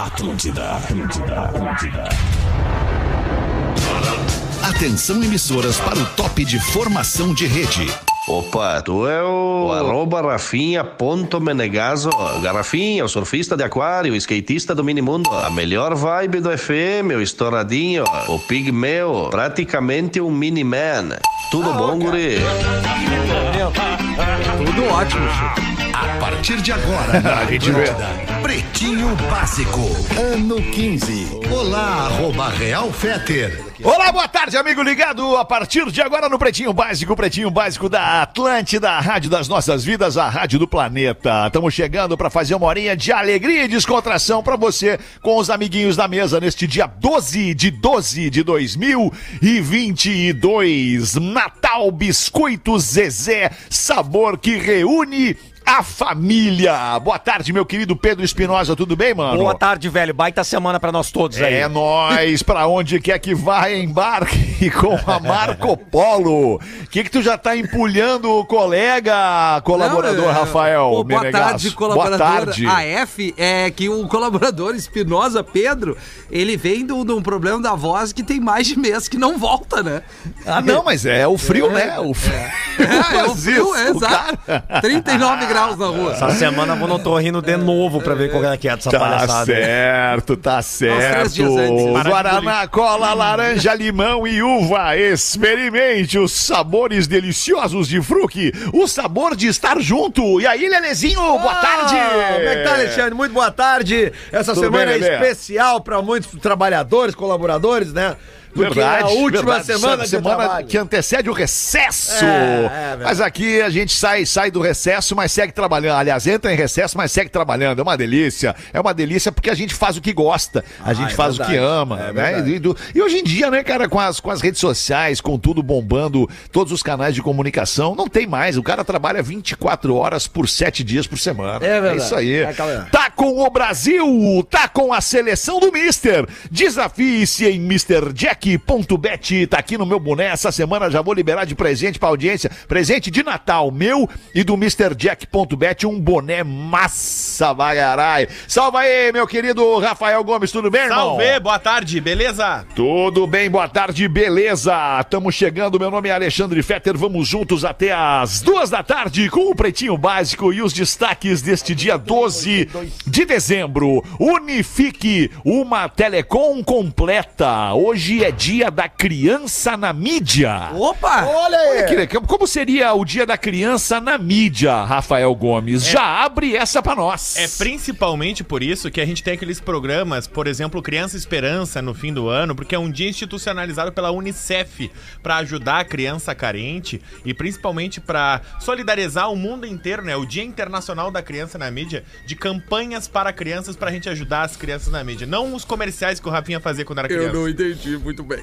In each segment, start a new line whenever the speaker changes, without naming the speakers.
Atlântida, Atlântida, Atlântida. Atenção emissoras para o top de formação de rede.
Opa, tu é o, o arroba Rafinha ponto Menegazo. Garrafinha, o surfista de aquário, o skatista do minimundo. A melhor vibe do FM, o estouradinho, o pigmeu, praticamente um mini-man. Tudo ah, bom, okay. guri?
Tudo ótimo, filho.
A partir de agora,
É
na Atlântida, Pretinho Básico, ano 15. Olá, arroba Real Feter.
Olá, boa tarde, amigo ligado. A partir de agora no Pretinho Básico, Pretinho Básico da Atlântida, a rádio das nossas vidas, a rádio do planeta. Estamos chegando para fazer uma horinha de alegria e descontração para você com os amiguinhos da mesa neste dia 12 de 12 de 2022. Natal Biscoito Zezé, sabor que reúne a família. Boa tarde, meu querido Pedro Espinosa, tudo bem, mano?
Boa tarde, velho. Baita semana para nós todos aí.
É nós, para onde quer que vá, embarque com a Marco Polo. Que que tu já tá empulhando colega,
é,
colaborador Não, eu... Rafael Pô,
Boa tarde, colaborador boa tarde. AF, é que o colaborador Espinosa Pedro, ele vem de um problema da voz que tem mais de mês que não volta, né?
Ah, não, mas é o frio, é, né? O frio.
É, é, é o frio, é, exato. 39 graus.
Essa semana eu não tô rindo de novo pra ver qual é que é dessa
tá
palhaçada.
Tá certo, tá certo. Guaraná, cola, laranja, limão e uva. Experimente os sabores deliciosos de fruque. O sabor de estar junto. E aí, Lelezinho, boa ah, tarde.
Como é que tá, Alexandre? Muito boa tarde. Essa Tudo semana bem, é especial pra muitos trabalhadores, colaboradores, né?
Porque
é
verdade, a última verdade. semana, semana que antecede o recesso. É, é mas aqui a gente sai, sai do recesso, mas segue trabalhando. Aliás, entra em recesso, mas segue trabalhando. É uma delícia. É uma delícia porque a gente faz o que gosta, a gente ah, é faz verdade. o que ama, né? E, do... e, hoje em dia, né, cara, com as, com as redes sociais, com tudo bombando, todos os canais de comunicação, não tem mais. O cara trabalha 24 horas por 7 dias por semana. É, verdade. é isso aí. tá com o Brasil, tá com a seleção do Mister. Desafie-se em Mister Jack Jack.bet tá aqui no meu boné. Essa semana já vou liberar de presente pra audiência. Presente de Natal meu e do Mr. Jack.bet, um boné massa, vagarai. Salva aí, meu querido Rafael Gomes, tudo bem, irmão?
Salve, boa tarde, beleza?
Tudo bem, boa tarde, beleza? Estamos chegando, meu nome é Alexandre Fetter, vamos juntos até as duas da tarde com o Pretinho Básico e os destaques deste dia 12 de dezembro. Unifique uma telecom completa. Hoje é dia da criança na mídia.
Opa!
Olha aí! Olha que legal. Como seria o dia da criança na mídia, Rafael Gomes? É, Já abre essa pra nós.
É principalmente por isso que a gente tem aqueles programas, por exemplo, Criança Esperança no fim do ano, porque é um dia institucionalizado pela Unicef para ajudar a criança carente e principalmente para solidarizar o mundo inteiro, né? O Dia Internacional da Criança na Mídia, de campanhas para crianças pra gente ajudar as crianças na mídia. Não os comerciais que o Rafinha fazia quando era criança.
Eu não entendi muito bem.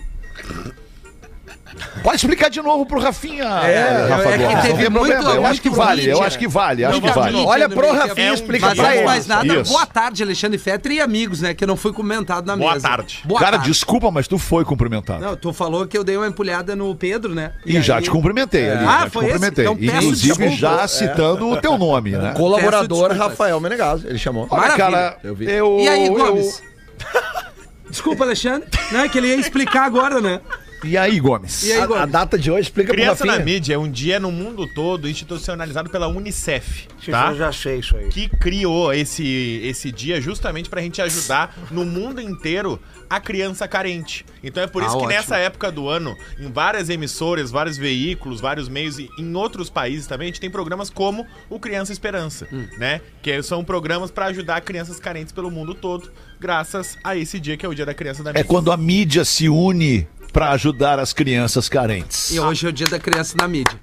Pode explicar de novo pro Rafinha.
É, Rafa é que teve muito,
eu, eu acho que vale, mídia. eu acho que vale, eu acho que vale.
Mídia, Olha pro Rafinha, é um, explica mas pra ele. mais nada, Isso. boa tarde, Alexandre Fetter e amigos, né, que não foi comentado na
boa
mesa.
Tarde. Boa Cara, tarde. Cara, desculpa, mas tu foi cumprimentado. Não,
tu falou que eu dei uma empulhada no Pedro, né?
E, e já aí... te cumprimentei, é. ali, Ah, foi cumprimentei. Esse? Então, Inclusive já citando o teu nome, né?
O colaborador Rafael Menegas, ele chamou.
Olha, cara, eu...
E aí, Gomes? Desculpa, Alexandre. Não, é que ele ia explicar agora, né?
E aí, Gomes?
E aí, Gomes? A, a, data de hoje explica
Criança pro Rafinha. na mídia é um dia no mundo todo institucionalizado pela Unicef, tá?
Eu já sei isso aí.
Que criou esse, esse dia justamente pra gente ajudar no mundo inteiro a criança carente. Então é por isso ah, que ótimo. nessa época do ano, em várias emissoras, vários veículos, vários meios e em outros países também, a gente tem programas como o Criança Esperança, hum. né? Que são programas para ajudar crianças carentes pelo mundo todo, graças a esse dia que é o Dia da Criança da
Mídia. É quando a mídia se une para ajudar as crianças carentes.
E hoje é o Dia da Criança na Mídia.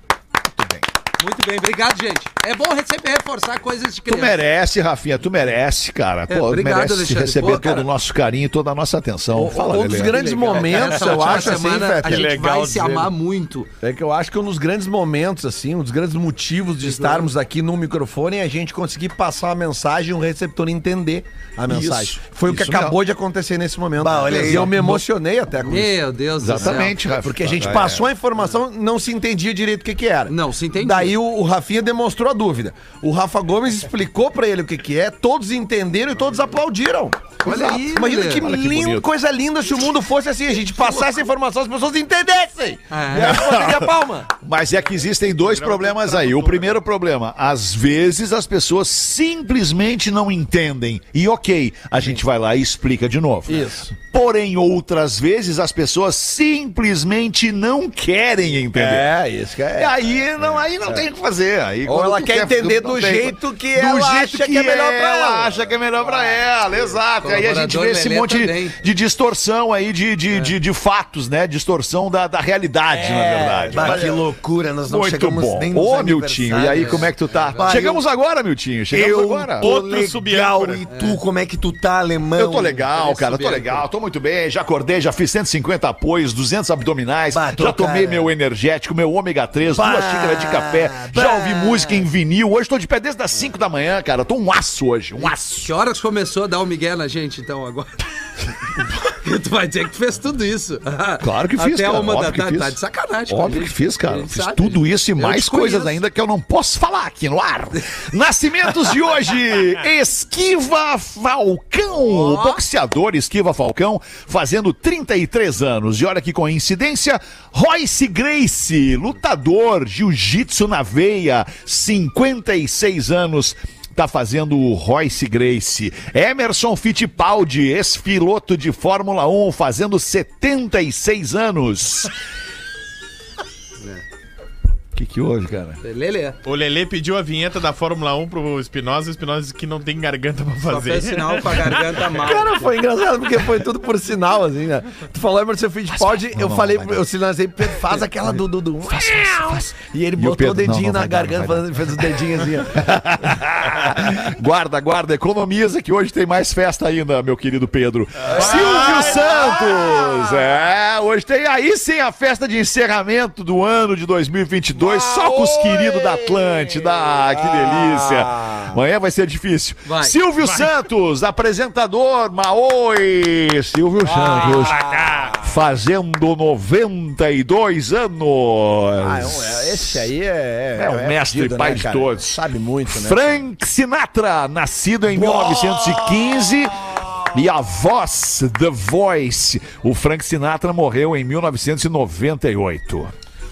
Muito bem, obrigado, gente. É bom receber, reforçar coisas de criança.
Tu merece, Rafinha, tu merece, cara. É, Pô, obrigado, merece Alexandre. receber Pô, todo cara. o nosso carinho, toda a nossa atenção. O,
Fala, um dos Lelê. grandes legal. momentos, cara, eu acho,
semana,
assim,
a gente legal vai se dizer. amar muito.
É que eu acho que um dos grandes momentos, assim, um dos grandes motivos de estarmos aqui no microfone é a gente conseguir passar a mensagem e um receptor entender a mensagem. Isso, Foi isso o que acabou mesmo. de acontecer nesse momento. Bah, olha aí, eu me emocionei até com
Meu isso. Meu Deus
É, Exatamente, do céu. Porque a gente passou a informação, não se entendia direito o que, que era.
Não se entendia. Daí
aí o, o Rafinha demonstrou a dúvida. O Rafa Gomes explicou pra ele o que, que é, todos entenderam e todos aplaudiram.
Olha aí,
Imagina que,
Lelê.
lindo- coisa linda se o mundo fosse assim, a gente passasse a informação, as pessoas entendessem.
É.
E aí bateria a palma.
Mas é que existem dois problemas aí. O primeiro problema, às vezes as pessoas simplesmente não entendem. E ok, a gente vai lá e explica de novo. né?
Isso.
Porém, outras vezes as pessoas simplesmente não querem entender.
É, isso que
E aí não, aí não tem o que fazer. Aí,
Ou
quando
ela
tu
quer entender do
não
jeito que
do
ela
jeito
acha que é melhor pra ela.
acha que é melhor pra ela, exato. Aí a gente
Colaborador
vê esse
Lelé
monte de,
também.
de distorção aí de, de, de, de fatos, né? Distorção da, da realidade, na é verdade.
Bah,
Olha,
É, que loucura, nós não
muito
chegamos
bom.
nem nos
Ô, Miltinho, e aí
aniversários.
como é que tu tá?
Bah,
Chegamos agora, Miltinho, chegamos
Eu
agora.
tô
Outro
legal,
subiâncora.
e tu, como é que tu tá, alemão?
Eu tô legal, cara, tô
subir,
legal, tô muito bem, já acordei, já fiz 150 apoios, 200 abdominais,
Bah, tô,
já tomei
cara.
meu energético, meu ômega 3,
Bah,
duas xícaras de café, já
bah.
ouvi música em vinil, hoje tô de pé desde as 5 da manhã, cara, tô um aço hoje, um aço.
Que horas começou a dar o Miguel na gente, então, agora? tu vai dizer que tu fez tudo isso.
Claro que fiz,
Até
cara,
uma
óbvio
da
que
tarde.
fiz.
Tá de sacanagem. com a
Óbvio que
gente.
fiz,
A
cara.
gente
Fiz
sabe.
tudo isso e
Eu
mais
te
coisas
conheço.
ainda que eu não posso falar aqui no ar. Nascimentos de hoje. Esquiva Falcão. Boxeador Esquiva Falcão, fazendo 33 anos. E olha que coincidência. Royce Grace, lutador, jiu-jitsu na veia, 56 anos tá fazendo o Royce Grace. Emerson Fittipaldi, ex-piloto de Fórmula 1, fazendo 76 anos. O que, que houve, cara?
Lelê.
O Lelê pediu a vinheta da Fórmula 1 pro Espinosa, o Espinosa disse que não tem garganta pra
Só fez
fazer.
sinal com a garganta mal.
Cara, foi engraçado porque foi tudo por sinal, assim, né? Tu falou Emerson Fittipaldi, eu
não,
falei,
vai dar.
eu sinalizei, Pedro, faz aquela do. do, do E ele
E o
botou o
Pedro, não,
dedinho na
não vai dar,
garganta,
não vai
fazendo- fez os dedinhos assim, ó.
guarda, guarda, economiza que hoje tem mais festa ainda, meu querido Pedro.
Ah,
Silvio
é?
Santos! É, hoje tem aí sim a festa de encerramento do ano de 2022,
Ah,
só com os queridos da Atlântida. Ah, que delícia!
Ah.
Amanhã vai ser difícil.
Vai,
Silvio Santos, apresentador Maoi! Silvio
Ah,
Santos.
tá.
Fazendo 92 anos.
Ah, é um- é- esse aí é.
É o mestre e pai de
cara?
todos.
Sabe muito, né?
Frank Sinatra, nascido em 1915. E a voz, The Voice. O Frank Sinatra morreu em 1998.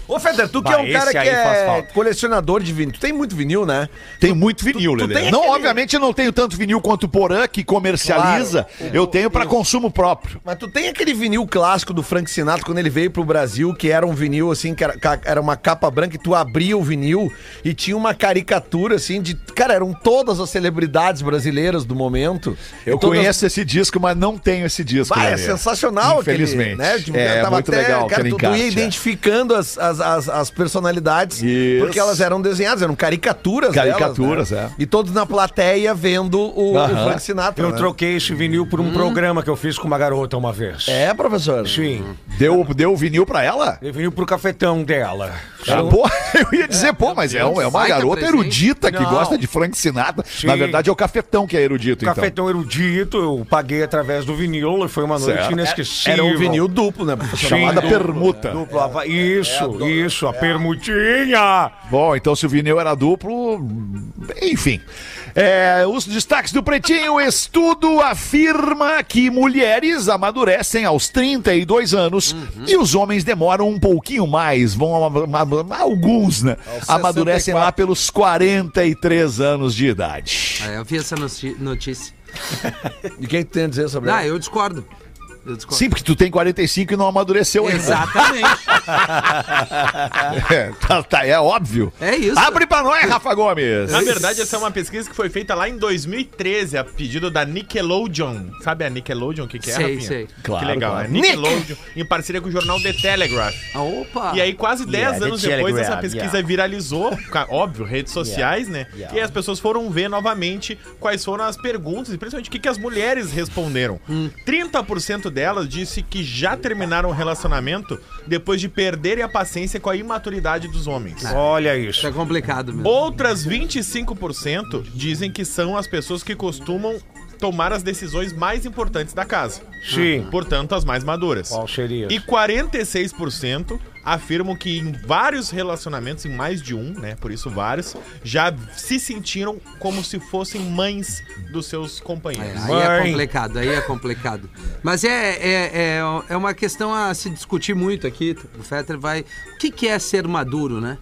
Ô, Feder, tu que é
Bah,
um
esse
cara que
aí faz
é
falta.
colecionador de vinil. Tu tem muito vinil, né?
Tem muito vinil,
tu
Lelê.
tem
Não,
aquele-
obviamente eu não tenho tanto vinil quanto o Porã, que comercializa. eu tenho para consumo próprio.
Mas tu tem aquele vinil clássico do Frank Sinatra quando ele veio pro Brasil, que era um vinil assim, que era, ca- era uma capa branca, e tu abria o vinil e tinha uma caricatura assim de. Cara, eram todas as celebridades brasileiras do momento.
Eu
E todas-
conheço esse disco, mas não tenho esse disco.
Bah, é
Lelê.
sensacional aquele,
Infelizmente.
né?
Infelizmente. É, muito legal
cara,
aquele
tu, tu ia
encarte, é.
identificando as, as, as, as personalidades,
Isso.
porque elas eram desenhadas, eram caricaturas
Caricaturas,
delas, né?
é.
E todos na plateia vendo o, o
Aham.
Frank Sinatra.
Eu
né?
troquei esse vinil por um programa que eu fiz com uma garota uma vez.
É, professor.
Sim.
Deu, deu o vinil para ela?
Eu vinil pro cafetão dela.
Ah, pô, eu ia dizer, pô, mas é, um- é uma
Baita
garota
presente.
erudita que
Não.
gosta de Frank Sinatra. Na
Sim.
verdade, é o cafetão que é erudito, então.
Cafetão erudito, eu paguei através do vinil, e foi uma noite
Certo.
inesquecível.
Era um vinil duplo, né?
Sim,
Chamada
duplo, é,
permuta.
duplo, ava- Isso, isso, a permutinha.
Bom, então se o vinil era duplo, enfim. É, os destaques do Pretinho. Estudo afirma que mulheres amadurecem aos 32 anos e os homens demoram um pouquinho mais. Vão a- a- a- alguns, né? Amadurecem lá pelos 43 anos de idade.
Ah, eu vi essa noci- notícia.
E quem tu tem a dizer sobre
Ah, eu discordo. Eu discordo.
Sim, porque tu tem 45 e não amadureceu ainda.
Exatamente.
É, tá, tá, é óbvio.
É isso.
Abre pra nós, Rafa Gomes.
Na verdade, essa é uma pesquisa que foi feita lá em 2013, a pedido da Nickelodeon. Sabe a Nickelodeon, o que, que é,
Sei,
Rafinha?
sei.
Claro,
que legal.
claro.
A Nickelodeon, em parceria com o jornal The Telegraph.
Ah, opa.
E aí, quase 10
Yeah,
anos
The
depois, essa
Telegraph,
pesquisa
yeah.
viralizou, ca- óbvio, redes sociais, né? E aí as pessoas foram ver novamente quais foram as perguntas, e principalmente o que, que as mulheres responderam.
Hum.
30% delas disse que já terminaram o relacionamento depois de perderem a paciência com a imaturidade dos
Ah,
homens.
Olha isso.
Isso é complicado mesmo.
Outras 25% dizem que são as pessoas que costumam tomar as decisões mais importantes da casa. Uhum.
Sim.
é?
Portanto, as mais maduras.
Qual seria?
E 46% afirmam que em vários relacionamentos, em mais de um, né? Por isso vários, já se sentiram como se fossem mães dos seus companheiros.
Aí é complicado, aí é complicado. Mas é, é, é, é uma questão a se discutir muito aqui. O Fetter vai. O que, que é ser maduro, né?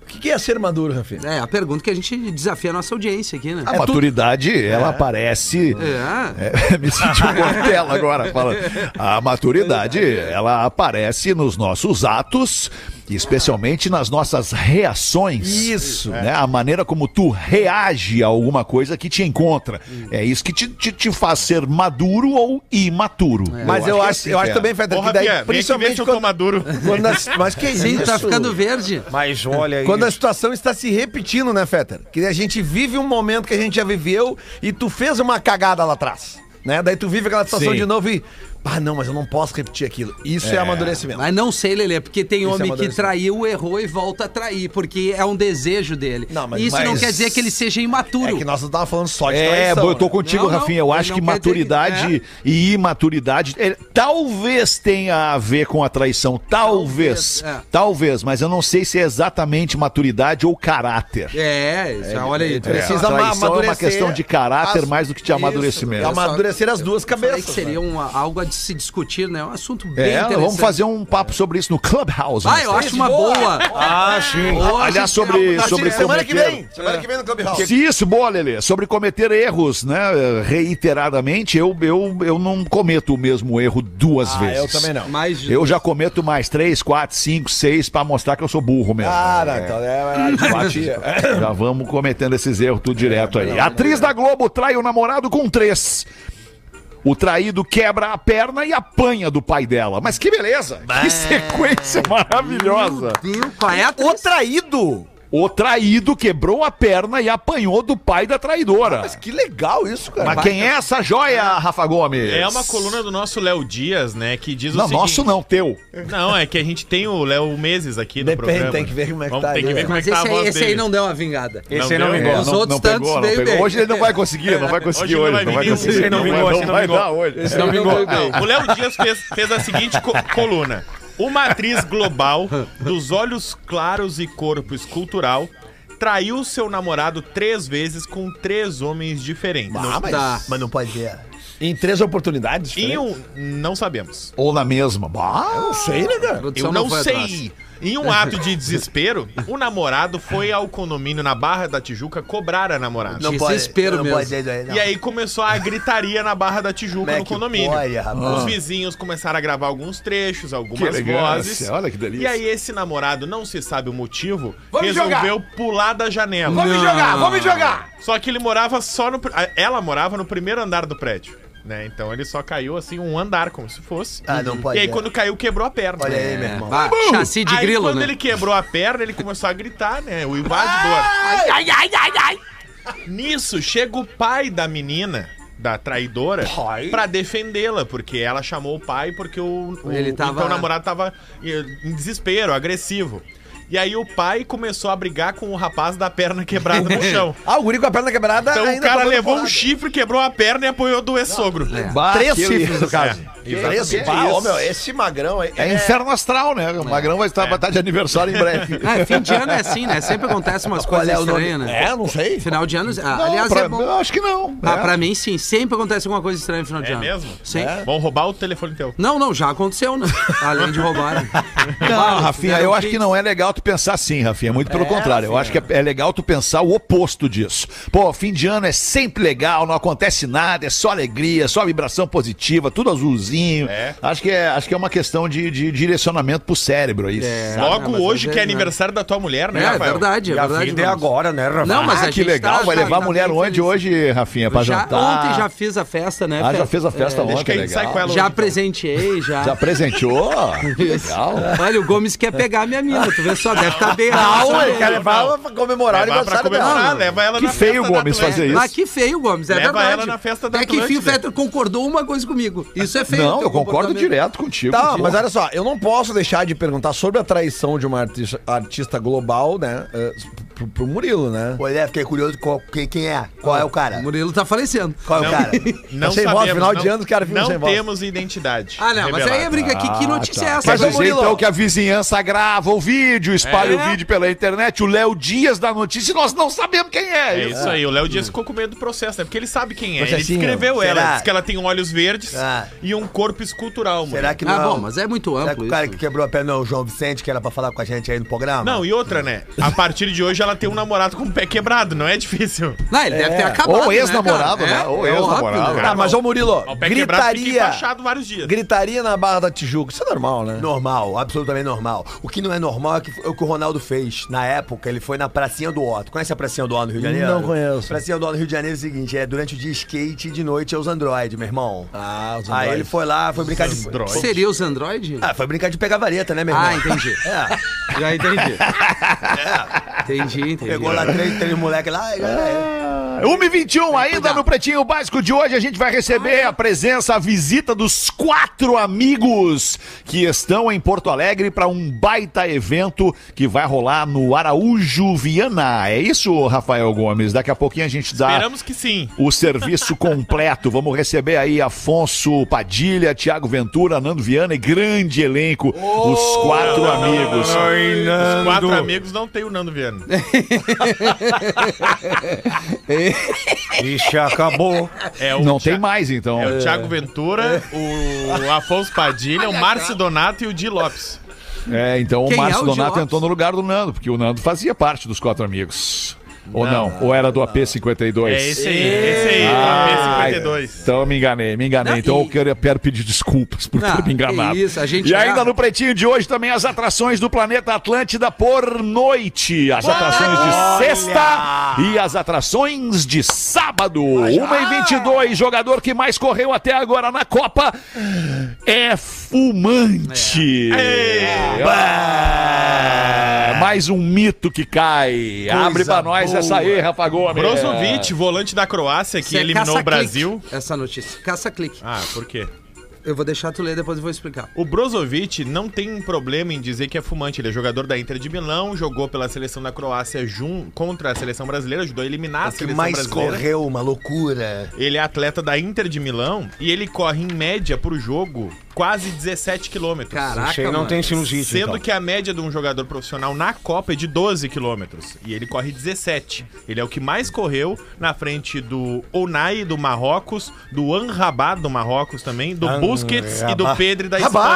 O que que é ser maduro, Rafinha?
É a pergunta que a gente desafia a nossa audiência aqui, né?
A maturidade, ela aparece.
Ah,
É.
É, me senti um Cortella agora falando. A maturidade, ela aparece nos nossos atos, e especialmente nas nossas reações.
Isso.
Né? A maneira como tu reage a alguma coisa que te encontra. É isso que te, te, te faz ser maduro ou imaturo.
Mas eu, acho,
que é
eu
assim,
acho
é.
também, Feder,
Ô,
que daí,
Rafinha, vem aqui ver
principalmente
se eu
quando,
tô maduro.
quando a- mas
é
que
Sim,
isso?
tá ficando verde.
Mas olha aí.
Quando a situação está se repetindo, né, Fetter? Que a gente vive um momento que a gente já viveu e tu fez uma cagada lá atrás. Né? Daí tu vive aquela situação
Sim.
de novo e. Ah, não, mas eu não posso repetir aquilo. Isso é, amadurecimento.
Mas não sei, Lelê, porque tem
Isso é
homem que
amadurecimento.
traiu, errou e volta a trair, porque é um desejo dele.
Não, mas-
Isso não
mas-
quer dizer que ele seja
É
imaturo.
que nós não estávamos falando só de
É,
traição,
eu tô
né?
contigo,
Não, não,
Rafinha. Eu
ele
acho
não
que
quer dizer que- É.
maturidade e imaturidade ele- talvez tenha a ver com a traição. Talvez.
Talvez, é.
Talvez, mas eu não sei se é exatamente maturidade ou caráter.
É, isso, olha aí. tu-
Precisa
A traição é uma
amadurecer
questão de caráter mais do que de
Isso,
amadurecimento.
é Amadurecer as duas
Falei
cabeças. né?
que seria um- algo a de se discutir, né? Um assunto bem
É,
interessante.
vamos fazer um papo sobre isso no Clubhouse. né?
Ah,
mais
eu
tarde.
acho uma boa.
Ah, sim.
Boa,
Aliás,
gente,
sobre-
é uma-
sobre
Assim, semana que
cometer.
vem. Semana que vem no Clube
Que- Se isso, boa, Lelê, sobre cometer erros, né? Reiteradamente, eu, eu, eu não cometo o mesmo erro
Ah,
duas vezes.
eu também não.
Mais de-
Eu já cometo mais três, quatro, cinco, seis pra mostrar que eu sou burro mesmo.
Cara, então é, é,
Já vamos cometendo esses erros tudo direto aí. Atriz da Globo trai o namorado com três. O traído quebra a perna e apanha do pai dela. Mas que beleza! Que sequência maravilhosa!
Viu? Qual é a
O traído.
O traído quebrou a perna e apanhou do pai da traidora. Mas,
Ah, Que legal isso, cara.
quem é essa joia, Rafa Gomes?
É uma coluna do nosso Léo Dias, né? Que diz o
Não,
seguinte.
nosso não, teu.
Não, é que a gente tem o Léo Meses aqui no
Depende,
programa.
tem que ver como é que
Vamos
tá
ter
aí,
que ver
né?
como é
Mas
que tá a
esse, aí,
voz
esse
dele.
aí não deu uma vingada.
Esse aí não
deu,
É,
vingou.
Os outros tantos veio bem.
Hoje ele não vai conseguir, não vai conseguir
Hoje
hoje.
não vai
Não vai
vir nenhum.
conseguir.
Esse não vingou,
vai-
esse não
vai
vingou.
dar hoje.
não vingou.
Não, o Léo Dias fez, fez a seguinte co- coluna. Uma atriz global, dos olhos claros e corpo escultural, traiu seu namorado três vezes com três homens diferentes.
Ah, mas,
Tá.
mas não pode ser. Em três oportunidades?
Em
diferentes?
um, não sabemos.
Ou na mesma. Bah,
Não sei, né, cara?
Eu não sei. Em um ato de desespero, o namorado foi ao condomínio na Barra da Tijuca cobrar a namorada.
Não pode- Desespero não mesmo. pode
um. E aí começou a gritaria na Barra da Tijuca
Como é
no
que
condomínio.
pode, rapaz?
Os vizinhos começaram a gravar alguns trechos,
que
algumas vozes.
elegância. Olha que
E
delícia.
aí esse namorado, não se sabe o motivo,
Vamos
resolveu pular da janela.
jogar, vamos jogar.
Só que ele morava só no. pr- a- Ela morava no primeiro andar do prédio. Né? Então ele só caiu assim um andar, como se fosse.
Ah, não pode
E aí
é.
quando caiu, quebrou a perna.
Olha aí,
É,
meu irmão.
vá, chassi de
aí
grilo,
quando
né?
ele quebrou a perna, ele começou a gritar, né? O invadidor. Nisso, chega o pai da menina, da traidora, pra defendê-la, porque ela chamou o pai porque o, o,
Ele tava-
então o namorado tava eh, em desespero, agressivo. E aí o pai começou a brigar com o rapaz da perna quebrada no chão.
Ah, o guri com a perna quebrada
Então o
ainda
cara
tomando
levou um
porrada.
chifre, quebrou a perna e apoiou do ex-sogro.
é.
Bah,
Três
que
chifres, no caso.
É,
Três,
exatamente.
pá, ó, meu, esse magrão aí.
É inferno astral, né? O Magrão vai estar, vai estar de aniversário em breve.
Ah, fim de ano é assim, né? Sempre acontece umas coisas estranhas, né?
É, não sei.
Final de ano. ah, aliás,
pra,
é bom.
eu acho que não.
Ah,
É.
pra mim, sim. Sempre acontece alguma coisa estranha no final de
É
ano.
mesmo?
Sim.
Vão roubar o telefone teu.
Não, não, já aconteceu, né? Além de roubar. né?
Não, Rafinha,
um
eu acho que não é legal tu pensar assim, Rafinha. Muito pelo contrário. Eu acho que é é legal tu pensar o oposto disso. Pô, fim de ano é sempre legal, não acontece nada, é só alegria, só vibração positiva, tudo azulzinho.
É.
Acho, que é, acho que é uma questão de, de direcionamento pro cérebro aí.
É.
Logo
mas
hoje,
às
que é
vezes, né?
aniversário da tua mulher, né,
É, é
Rafael?
verdade, é
E a
verdade.
vida é
Vamos.
agora, né, Rafa?
Não, mas
Ah,
a
que
gente tá-
legal. Vai
tá-
levar
tá
a mulher
bem
onde
feliz.
hoje, Rafinha, pra
Já,
jantar?
ontem já fiz a festa, né?
Ah, já
Fer?
fez a festa
Deixa que a
ontem,
gente sai com
legal.
ela
Já
hoje, então.
presenteei, já.
Já presenteou? legal.
Olha, o Gomes quer pegar a minha mina, tu vê só, deve estar tá bem
Não,
errado.
ele quer levar pra comemorar o
Levar pra
aniversário
comemorar,
dela.
leva ela
Que
na
feio
festa da
Gomes
Atlântica.
fazer isso.
Mas que feio, Gomes, é
Leva
verdade.
ela na festa da
Até que enfim o
Atlântida.
Fetter concordou uma coisa comigo. Isso é feio.
Não,
teu
eu concordo
comportamento.
direto contigo.
Tá,
Pô.
mas olha só, eu não posso deixar de perguntar sobre a traição de uma artista, artista global, né? eh, pro, pro Murilo, né?
Pois é, fiquei curioso qual, quem, quem é. Qual é o cara?
O Murilo tá falecendo.
Qual é o cara?
Então, Não
sem
sabemos,
voz, final
não,
de ano os caras ficam
Não
sem voz.
temos identidade.
Ah, não, mas aí é
revelada.
briga aqui. Que notícia é essa?
Quer
Mas, ô,
dizer,
Murilo-
então, que a vizinhança grava o vídeo, espalha
É.
o vídeo pela internet, o Léo Dias dá notícia e nós não sabemos quem é.
É isso aí, o Léo Dias ficou com medo do processo, né? Porque ele sabe quem é. Ele
Hum. Processinho.
descreveu ela,
Será?
diz que ela tem olhos verdes
Ah.
e um corpo escultural, mano.
Será que não
Ah,
é
bom,
o-
mas é muito
Será que
amplo
o cara
isso.
que quebrou a perna é o João Vicente, que era pra falar com a gente aí no programa?
Não, e outra, né? A partir de hoje ela tem um namorado com o pé quebrado, não é difícil.
Não, ele deve ter acabado.
Ou
né,
ex-namorado,
cara?
né?
É,
Ou
é óbvio,
ex-namorado.
né?
Tá, mas ô Murilo,
O pé quebrado fica
gritaria.
enfaixado vários dias.
Gritaria na Barra da Tijuca, isso é normal, né?
Normal, absolutamente normal. O que não é normal é, que, é o que o Ronaldo fez. Na época, ele foi na Pracinha do Ó. Tu conhece a Pracinha do Ó no Rio de Janeiro?
Não conheço.
Pracinha do Ó no Rio de Janeiro é o seguinte, é durante o dia skate e de noite é os android, meu irmão.
Ah, os
Aí
androides.
ele foi lá, foi brincar de...
Seria os Android?
É.
Ah, foi brincar de pegar vareta, né, meu irmão?
Ah, entendi.
É,
Já entendi. Entendi, entendi.
pegou lá três, três moleques lá e...
Ah,
galera,
1h21 ainda no Pretinho Básico de hoje, a gente vai receber a presença, a visita dos quatro amigos que estão em Porto Alegre para um baita evento que vai rolar no Araújo Viana. É isso, Rafael Gomes? Daqui a pouquinho a gente dá
Esperamos que sim.
o serviço completo. Vamos receber aí Afonso Padilha, Thiago Ventura, Nando Viana e grande elenco, os quatro amigos.
Os quatro amigos não tem o Nando Viana.
É.
Ixi, acabou.
É o,
Não tem mais, então.
é o Thiago Ventura, o Afonso Padilha, o Márcio Donato e o Di Lopes.
É, então
Quem
o Márcio
é o
Donato
Diógenes?
entrou no lugar do Nando, porque o Nando fazia parte dos quatro amigos. Ou não, ou era do AP52.
É esse aí, esse aí,
Ah,
o AP52.
Então eu me enganei, me enganei.
Não,
então
e-
eu quero, eu quero pedir desculpas por
Não,
ter me enganado.
que isso, a gente
e
erra.
ainda no pretinho de hoje também as atrações do planeta Atlântida por noite. As atrações de sexta e as atrações de sábado. 1h22, jogador que mais correu até agora na Copa é fumante. Ah, mais um mito que cai. Abre pra nós essa aí, Rafa Gomes.
Brozovic, volante da Croácia, que
Isso é
eliminou o
caça-clique,
Brasil.
Essa notícia. Caça-clique.
Ah, por quê?
Eu vou deixar tu ler, depois eu vou explicar.
O Brozovic não tem problema em dizer que é fumante. Ele é jogador da Inter de Milão, jogou pela seleção da Croácia jun... contra a seleção brasileira, ajudou a eliminar a
O que
seleção
assim, mais
brasileira.
correu, uma loucura.
Ele é atleta da Inter de Milão e ele corre em média pro jogo quase 17 quilômetros.
Caraca,
Achei que não
mano.
tem sinusite.
Sendo
então.
que a média de um jogador profissional na Copa é de 12 quilômetros. E ele corre 17. Ele é o que mais correu na frente do Unai do Marrocos, do Anrabá do Marrocos também, do Busquets e do Pedri da
Rabá!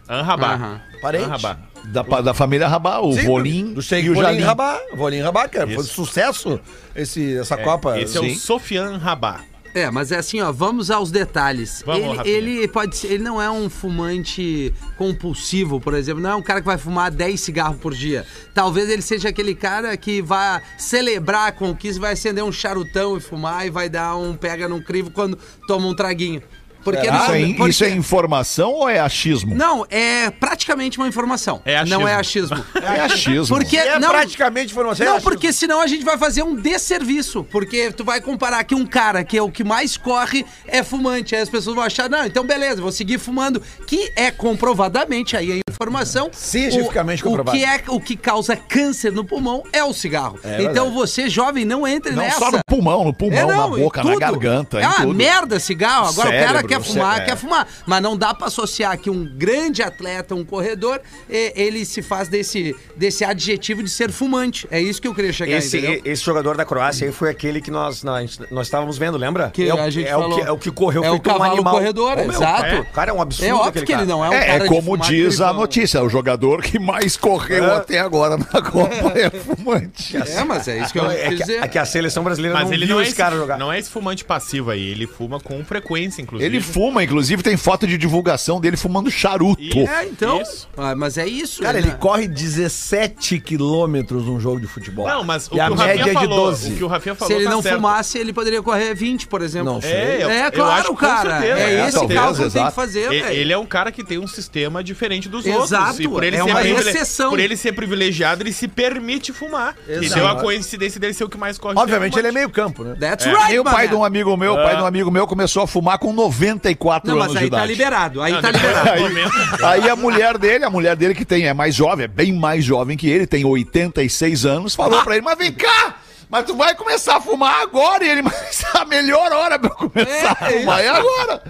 Espanha. Anrabá.
Aham.
Parente.
Anrabá.
Da, pa- da família Rabá, o
Sim,
Volim
do Sheik
e o
Volim
Jalim.
Rabá. Volim Rabá, cara. Foi um
Isso.
sucesso esse, essa Copa.
Esse é o Sofian Rabá.
É, mas é assim, ó, vamos aos detalhes.
Vamos, Rafinha.
ele, ele pode ser, ele não é um fumante compulsivo, por exemplo, não é um cara que vai fumar 10 cigarros por dia. Talvez ele seja aquele cara que vai celebrar a conquista, vai acender um charutão e fumar e vai dar um pega num crivo quando toma um traguinho. Porque
Isso, é, in-
porque-
isso é informação ou é achismo?
Ah, Não, é praticamente uma informação.
É achismo.
Não é achismo.
É achismo.
Porque
É
não,
praticamente informação.
não, porque senão a gente vai fazer um desserviço. Porque tu vai comparar que um cara que é o que mais corre é fumante. Aí as pessoas vão achar, não, então beleza, vou seguir fumando. Que é comprovadamente aí a informação.
Cientificamente
o, o
comprovado.
que é O que causa câncer no pulmão é o cigarro. então você, jovem, não entre
Não
é nessa.
só no pulmão, no pulmão,
É, não,
na
em
boca, na
tudo.
garganta,
É
em
uma
tudo.
merda cigarro. Agora o cara
Cérebro,
quer fumar,
cé-
quer fumar. Mas não dá pra associar que um grande atleta, um corredor, e- ele se faz desse, desse adjetivo de ser fumante. É isso que eu queria chegar,
Esse,
entendeu?
esse jogador da Croácia aí foi aquele que nós, nós, nós estávamos vendo, lembra?
Que
é, o-
a gente
é
falou.
o que, é o que correu
É o
feito um
cavalo
animal.
corredor,
Ô, meu,
exato.
cara, O cara é um absurdo.
É óbvio
aquele
que ele
cara.
não é um
É,
cara
é
de
como
fumar É.
diz a
grifão.
notícia, é o jogador que mais correu até agora na Copa é fumante.
É, mas é isso que eu
É
quis
que,
dizer.
é que a seleção brasileira
Mas
não
ele
viu
não é,
esse
esse,
cara jogar.
não é esse fumante passivo aí. Ele fuma com frequência, inclusive.
Ele fuma, inclusive tem foto de divulgação dele fumando charuto.
Isso.
É, então.
Isso.
Ah, mas é isso.
Cara, ele
né?
corre 17 quilômetros num jogo de futebol.
Não, mas o
E
que
a
o Rafinha
média é de
falou, o
12.
que o Rafinha
Se
falou
ele
tá
não
certo.
fumasse, ele poderia correr 20, por exemplo.
Não sei.
É, eu-
É,
eu acho
claro,
que com
cara.
certeza.
É,
É,
esse
talvez,
cálculo que tem
exato.
que fazer,
E-
velho.
Ele é um cara que tem um sistema diferente dos outros.
Exato,
E por ele,
é
ser
uma
privile-
exceção.
por ele ser privilegiado, ele se permite fumar. E
Exato.
deu a coincidência dele ser o que mais corre.
Obviamente ele é meio campo, né?
That's
E
right,
o pai
mané.
de um amigo meu, o pai de um amigo meu começou a fumar com 94
É. Não,
anos
mas
de
aí tá
idade.
liberado. Aí
Não,
tá
depois
liberado.
do momento-
Aí a mulher dele, a mulher dele que tem é mais jovem, é bem mais jovem que ele, tem 86 anos, falou pra ele: "Mas vem cá, mas tu vai começar a fumar agora". E ele: "Mas é a melhor hora pra eu começar
É,
a fumar é agora".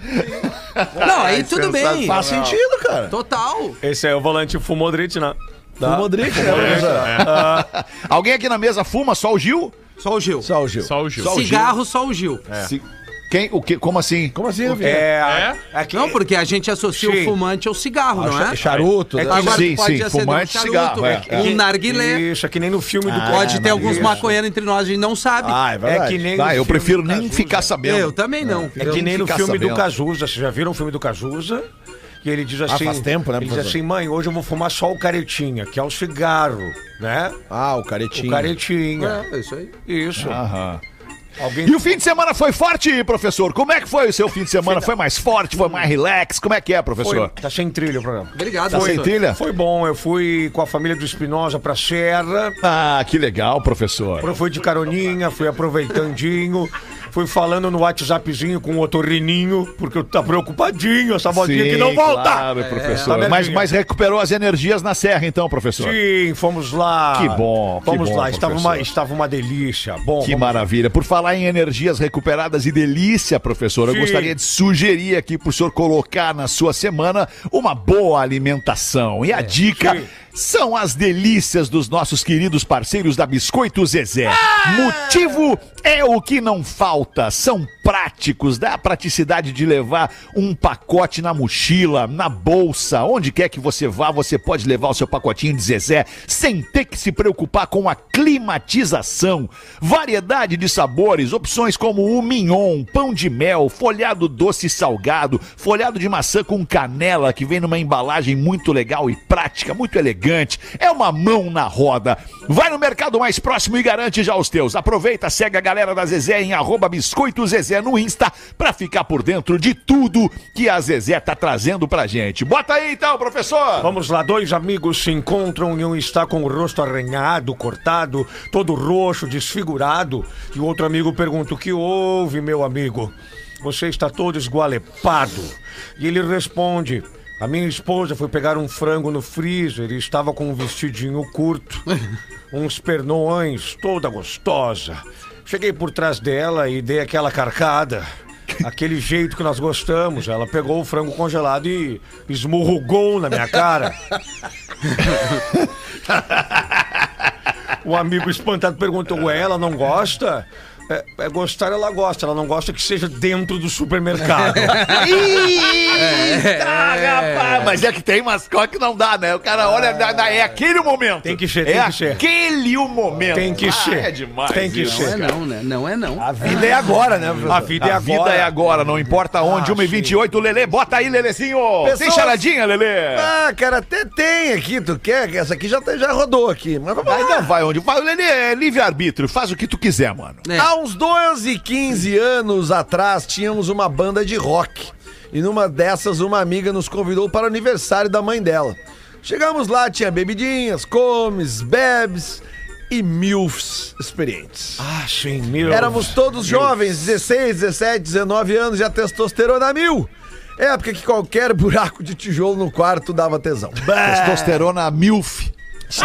Não, aí tudo bem.
Faz sentido, cara.
Total.
Esse aí é o volante Fumodrit, né?
O Modric, né?
Alguém aqui na mesa fuma só o Gil?
Só o Gil.
Só o Gil.
Só o Gil.
Cigarro, só o Gil.
É.
Se- Quem o que, como assim?
Como assim, Rafinha?
É.
É?
Aqui,
Não, porque a gente associa
Sim.
o fumante ao cigarro, não é?
Cha- Charuto. né?
Agora
Sim,
pode
sim,
acender
fumante, cigarro, é, é.
um narguilé. Ah,
Isso, é que nem no filme do né?
Pode ter alguns
Isso.
maconheiros entre nós, a gente não sabe.
Ah, é verdade.
É que nem. no
Ah, eu
filme
prefiro
do
nem
Cazuza.
ficar sabendo.
Eu também não.
É que nem no
ficar
filme
sabendo.
do Cazuza. Vocês já viram o filme do Cazuza? E ele
Ah,
diz assim.
faz tempo, né,
Ele diz
professor?
assim, mãe, hoje eu vou fumar só o caretinha, que é o cigarro, né?
Ah, o
O
caretinho.
caretinha.
É, isso aí.
Isso.
Ah,
Alguém.
E o fim de semana foi forte, professor? Como é que foi o seu fim de semana? Foi mais forte? Foi mais relax? Como é que é,
Foi,
professor?
tá sem trilha o programa.
Obrigado.
Tá sem
doutor.
trilha?
Foi bom, eu fui com a família do Espinosa pra Serra.
Ah, que legal, professor.
Eu fui de caroninha, fui aproveitandinho, fui falando no WhatsAppzinho com o otorrininho, porque eu tá preocupadinho essa vozinha que não volta.
Claro, professor.
É.
mas, mas recuperou as energias na serra, então, professor.
Sim, fomos lá.
Que bom, que
Fomos
bom,
lá, estava uma,
professor.
estava uma delícia. Bom,
Que
vamos-
maravilha. Por falar em energias recuperadas e delícia, professor, eu
Sim.
gostaria de sugerir aqui para o senhor colocar na sua semana uma boa alimentação. E
É,
a dica são as delícias dos nossos queridos parceiros da Biscoito Zezé.
Ah!
Motivo é o que não falta. São práticos, dá a praticidade de levar um pacote na mochila, na bolsa, onde quer que você vá, você pode levar o seu pacotinho de Zezé sem ter que se preocupar com a climatização. Variedade de sabores, opções como o mignon, pão de mel, folhado doce e salgado, folhado de maçã com canela, que vem numa embalagem muito legal e prática, muito elegante. É uma mão na roda. Vai no mercado mais próximo e garante já os teus. Aproveita, segue a galera da Zezé em arroba biscoito Zezé no Insta pra ficar por dentro de tudo que a Zezé tá trazendo pra gente. Bota aí então, professor!
Vamos lá, dois amigos se encontram e um está com o rosto arranhado, cortado, todo roxo, desfigurado. E o outro amigo pergunta: O que houve, meu amigo? Você está todo esgualepado. E ele responde: A minha esposa foi pegar um frango no freezer e estava com um vestidinho curto, uns pernões, toda gostosa. Cheguei por trás dela e dei aquela carcada. Aquele jeito que nós gostamos. Ela pegou o frango congelado e esmurrugou na minha cara. o amigo espantado perguntou: Ué, ela não gosta? É, é gostar, ela gosta. Ela não gosta que seja dentro do supermercado.
Eita, rapaz! Mas é que tem mascote que não dá, né? O cara olha, dá- dá- é aquele o momento.
Ah. Tem que ser,
é
tem que ser.
aquele o momento.
Tem que
Ah,
ser.
É demais.
Tem que
isso.
ser.
Não é não, né? Não é não.
Ah,
A vida é agora, né, professor?
A vida é agora.
A
Ah,
vida é agora, não importa onde. 1h28, Lelê, bota aí, Lelezinho. Tem
Pessoas-
charadinha, Lelê?
Ah, cara, até tem aqui, tu quer? Essa aqui já, tá- já rodou aqui. Mas vamos lá.
Ainda vai onde vai. O Lelê é livre-arbítrio, faz o que tu quiser, mano.
É.
Há uns 12, 15 anos atrás, tínhamos uma banda de rock. E numa dessas, uma amiga nos convidou para o aniversário da mãe dela. Chegamos lá, tinha bebidinhas, comes, bebes e milfs experientes.
Ah, sim, meu.
Éramos todos jovens, 16, 17, 19 anos e a testosterona a mil. Época que qualquer buraco de tijolo no quarto dava tesão.
Testosterona milf.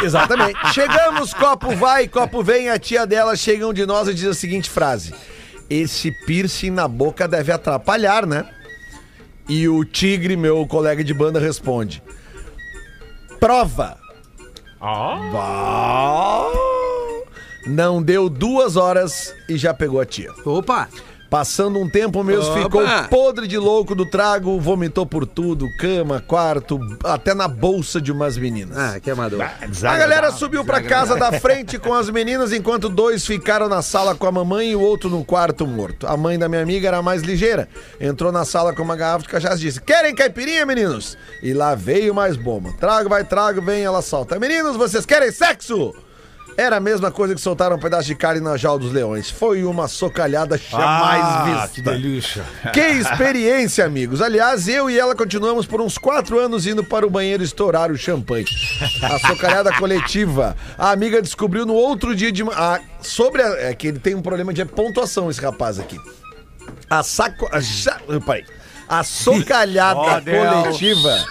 Exatamente. Chegamos, copo vai, copo vem, a tia dela chega um de nós e diz a seguinte frase: Esse piercing na boca deve atrapalhar, né? E o Tigre, meu colega de banda, responde: Prova.
Ah,
Bah. Não deu duas horas e já pegou a tia.
Opa!
Passando um tempo mesmo,
Opa!
ficou podre de louco do trago, vomitou por tudo, cama, quarto, até na bolsa de umas meninas.
Ah, que amador.
A
Ah,
galera subiu pra casa da frente com as meninas, enquanto dois ficaram na sala com a mamãe e o outro no quarto morto. A mãe da minha amiga era mais ligeira. Entrou na sala com uma garrafa de cachaça e disse: Querem caipirinha, meninos? E lá veio mais bomba. Trago, vai, trago, vem, ela solta. Meninos, vocês querem sexo? Era a mesma coisa que soltaram um pedaço de carne na jaula dos leões. Foi uma socalhada jamais vista.
Ah, que delícia.
Que experiência, amigos. Aliás, eu e ela continuamos por uns quatro anos indo para o banheiro estourar o champanhe. A socalhada coletiva. A amiga descobriu no outro dia de. ma- Ah, sobre. A, é que ele tem um problema de pontuação, esse rapaz aqui. A saco. A, ja- peraí. A socalhada
Ó, Deus.
coletiva.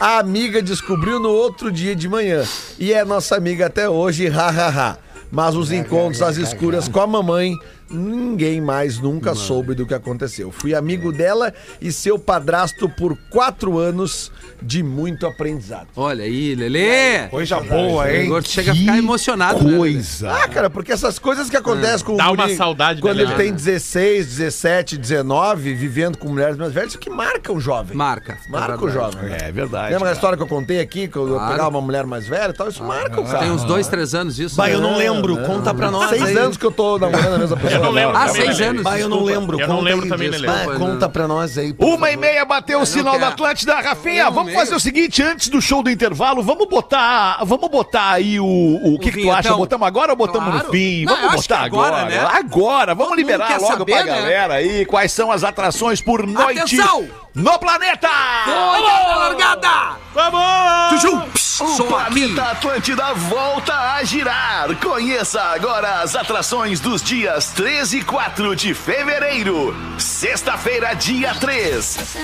A amiga descobriu no outro dia de manhã. E é nossa amiga até hoje, hahaha. Mas os encontros às escuras com a mamãe, ninguém mais nunca soube do que aconteceu. Fui amigo dela e seu padrasto por quatro anos de muito aprendizado.
Olha aí, Lelê.
Coisa boa,
O
hein?
Gordo chega a ficar emocionado. né, Lelê?
Ah, cara, porque essas coisas que acontecem com
Dá
o
uma
guri
saudade, né,
quando ele
Leandro?
tem 16, 17, 19, vivendo com mulheres mais velhas, que marca o jovem.
Marca.
Marca o jovem. né?
É verdade.
Lembra a
cara.
história que eu contei aqui, que eu
Claro.
pegava uma mulher mais velha e tal? Isso marca o cara.
Tem uns dois, três anos isso.
Bah,
né?
eu não lembro. Conta pra nós.
Seis
aí.
anos que eu tô namorando a mesma pessoa.
não lembro
Ah,
agora.
também,
seis
Lelê.
anos.
Bah, eu não
desculpa.
lembro.
Eu não
Conta
lembro
aí,
também,
Deus.
Lelê.
Bah, Conta pra nós aí. por
Uma e
favor.
meia bateu o sinal
quero.
da Atlântida, Rafinha.
Eu
Vamos
meio.
fazer o seguinte, antes do show do intervalo, vamos botar. Vamos botar aí o. O, que, que tu
vinhetão.
acha? Botamos agora ou botamos
Claro.
no fim?
Não, eu
vamos
acho
botar
que agora,
agora. Agora,
né?
vamos
mundo
liberar
quer
logo
saber,
pra
né?
galera aí quais são as atrações por noite
Atenção!
no planeta!
Olha a largada!
Vamos!
Só aqui.
Da Atlântida volta a girar. Conheça agora as atrações dos dias 13 e 4 de fevereiro. Sexta-feira, dia 3.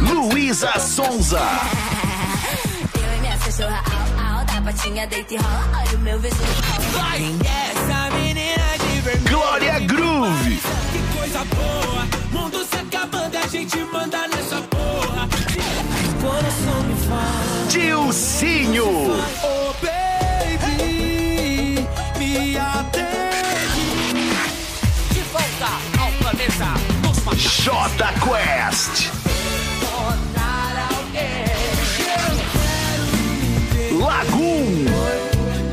Luísa Sonza.
Eu e minha cachorra, au, au, da patinha, deita e rola, olha o meu vestido. Vai!
Glória Groove. Dilcinho.
Oh,
De volta ao planeta, nos
J Quest.
matar ao
Lagoon.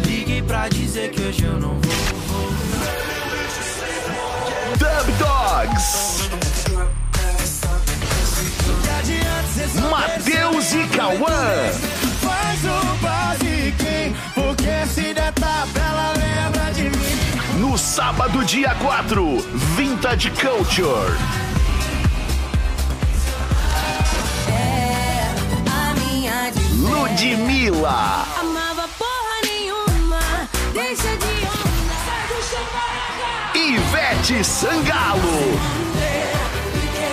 Ligue pra dizer que hoje eu não vou. Dub Dogs. Matheus e Cauã. No sábado, dia 4, Vintage Culture.
É, a minha de
Ludmilla.
Amava porra nenhuma, deixa de onda, sai do chão, maraca!
Ivete Sangalo.
Fiquei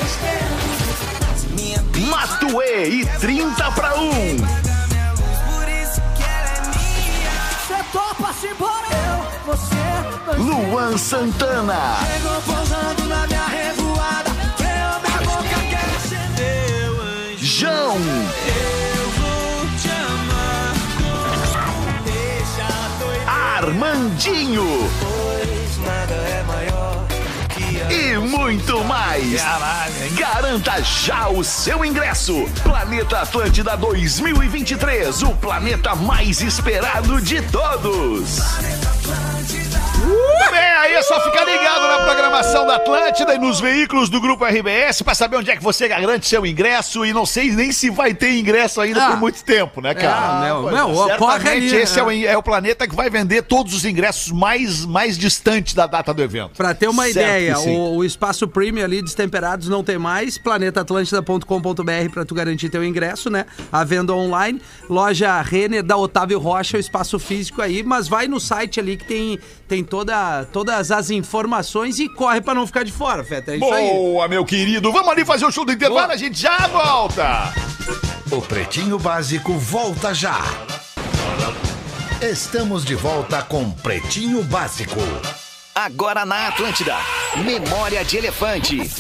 esperando,
Matuê e 30 pra 1.
cê topa, se embora eu, você,
Luan Santana.
pegou pousando na minha revoada, eu na boca quero acender.
Jão. Armandinho. E muito mais. Garanta já o seu ingresso. Planeta Atlântida 2023, o planeta mais esperado de todos.
Também aí é só ficar ligado na programação da Atlântida e nos veículos do Grupo RBS pra saber onde é que você garante seu ingresso e não sei nem se vai ter ingresso ainda
Ah.
por muito tempo, né, cara?
É, meu,
Pois,
meu,
certamente
corre ali,
esse
né?
é, o, é o planeta que vai vender todos os ingressos mais, mais distante da data do evento.
Pra ter uma
Certo
ideia,
que sim.
o, o espaço premium ali, destemperados, não tem mais. planetaatlântida.com.br pra tu garantir teu ingresso, né? A venda online. Loja Renner da Otávio Rocha, o espaço físico aí. Mas vai no site ali que tem, tem toda, todas as informações e corre pra não ficar de fora, Feta. É isso aí.
Boa, meu querido. Vamos ali fazer o show do intervalo, a gente já volta.
O Pretinho Básico volta já. Estamos de volta com Pretinho Básico.
Agora na Atlântida. Memória de Elefante.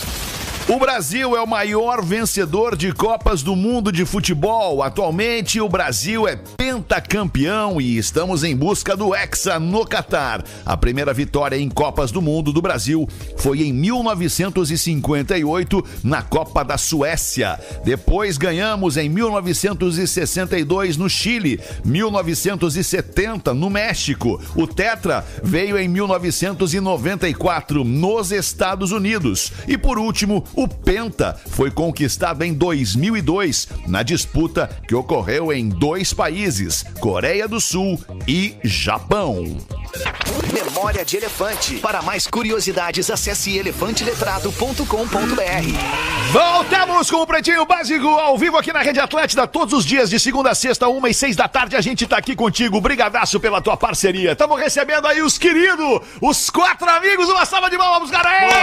O Brasil é o maior vencedor de Copas do Mundo de futebol. Atualmente, o Brasil é pentacampeão e estamos em busca do Hexa no Catar. A primeira vitória em Copas do Mundo do Brasil foi em 1958, na Copa da Suécia. Depois ganhamos em 1962 no Chile, 1970 no México. O Tetra veio em 1994 nos Estados Unidos. E por último, o Penta foi conquistado em 2002, na disputa que ocorreu em dois países, Coreia do Sul e Japão.
Memória de Elefante. Para mais curiosidades, acesse elefanteletrado.com.br.
Voltamos com o Pretinho Básico ao vivo aqui na Rede Atlântida, todos os dias de segunda a sexta, uma e seis da tarde, a gente tá aqui contigo. Brigadaço pela tua parceria. Estamos recebendo aí os queridos, os quatro amigos, uma salva de mão, vamos, galera!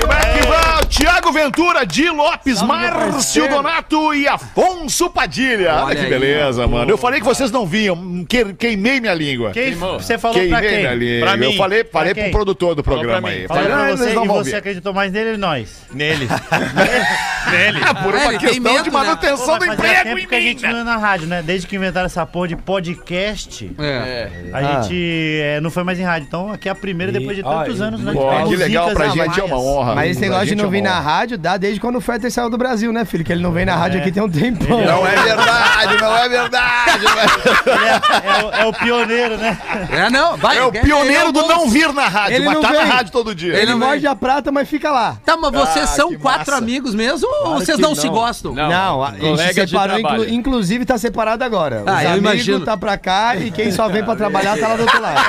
Como é que vai? Tiago Ventura, Di Lopes, Márcio Donato e Afonso Padilha. Olha, que beleza, mano. Eu falei que vocês não vinham, que- queimei minha língua.
Quem você falou pra
Queimei
quem?
minha língua.
Pra
Eu
mim.
falei, falei
Pra
pro
quem?
produtor do
Falou pra
programa
mim.
aí.
Falou
Falei,
pra
"Ah, eles
você
não
e
vão
você
vir."
acreditou mais nele ou nós?
Nele. Nele.
Ah, Por
É,
uma
ele tem
questão
medo,
de
Pô,
né?
manutenção
mas
do
fazia
emprego
tempo que a
em mim.
gente não ia na rádio, né? Desde que inventaram essa porra de podcast,
É.
a
Ah.
gente eh, não foi mais em rádio. Então aqui é a primeira depois de tantos anos. né?
Pô,
Com
que legal
zicas
pra
a
gente, é
mais.
uma honra.
Mas esse
Pra
negócio de
gente é
não
uma
vir na
honra.
rádio dá desde quando o Fetter saiu do Brasil, né, filho? Que ele não vem na rádio aqui tem um tempão.
Não é verdade, não é verdade. não é-
É, o- é o pioneiro, né?
É, não, vai.
É o
ele
pioneiro
o
do
bom-
não vir na rádio,
Ele
mas
não
tá na
vem.
rádio todo dia.
Ele
não
morde
vem.
a prata, mas fica lá.
Tá, mas vocês
Ah,
são
que
quatro
massa.
amigos mesmo ou vocês
que
não,
não.
se gostam?
Não, a gente
colega
se
de
separou,
trabalho.
inclu- inclusive tá separado agora.
Ah, eu
amigos
imagino.
tá pra cá e quem só vem pra trabalhar tá lá do outro lado.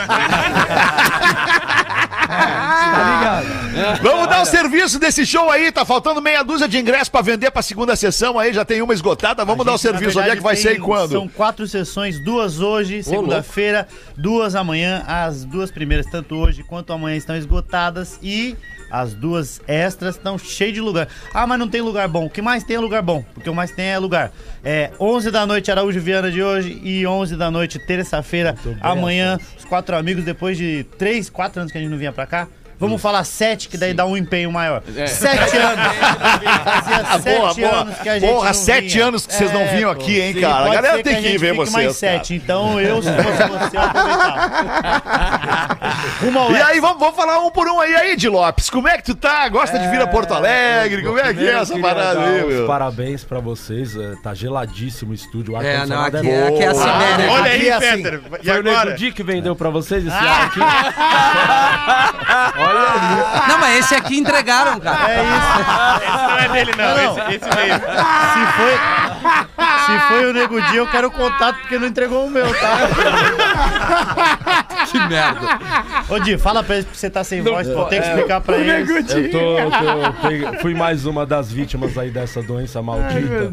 tá ligado?
Vamos dar o serviço desse show aí, tá faltando meia dúzia de ingressos pra vender pra segunda sessão aí, já tem uma esgotada, vamos dar o
Gente, na
serviço, onde é
verdade,
que vai ser e
tem-
quando?
São quatro sessões, duas hoje, segunda-feira, duas amanhã. As duas primeiras, tanto hoje quanto amanhã, estão esgotadas e as duas extras estão cheias de lugar. Ah, mas não tem lugar bom. O que mais tem é lugar bom, porque o mais tem é lugar. É 11 da noite, Araújo Viana de hoje e 11 da noite, terça-feira, amanhã. Os quatro amigos, depois de três, quatro anos que a gente não vinha pra cá. Vamos falar sete, que daí dá um empenho maior.
É.
Sete anos. Fazia sete
Ah, boa, boa.
anos que a gente
Porra,
não
sete
vinha. É,
anos que vocês não vinham aqui, hein, cara? A
pode
galera
ser
tem que
a gente
ver
fique
vocês,
mais
cara.
sete, então eu, se fosse você, eu aproveitava. Uma
E
hora.
aí, vamos, vamos falar um por um aí, aí, de Lopes. Como é que tu tá? Gosta de vir a Porto Alegre? Como é que é
Primeiro,
essa
queria
parada
dar
aí,
os
meu?
Parabéns pra vocês. eh, Tá geladíssimo o estúdio. O ar
É, não,
condicionado
aqui é, aqui é a
bom.
Sibéria.
Olha
Aqui
aí,
é assim,
Peter. E
Foi o Nego
agora?
Di que vendeu pra vocês esse
Ah!
ar aqui. Olha aí.
Não, mas esse aqui entregaram, cara.
É isso.
Esse não é dele, não. Esse, esse veio.
Se foi, se foi o Nego Dia, eu quero o contato porque não entregou o meu, tá?
Que merda.
Ô, Di, fala pra eles que você tá sem voz,
é,
pra eu ter que explicar pra eles.
Eu, tô, eu tô- peguei- fui mais uma das vítimas aí dessa doença maldita.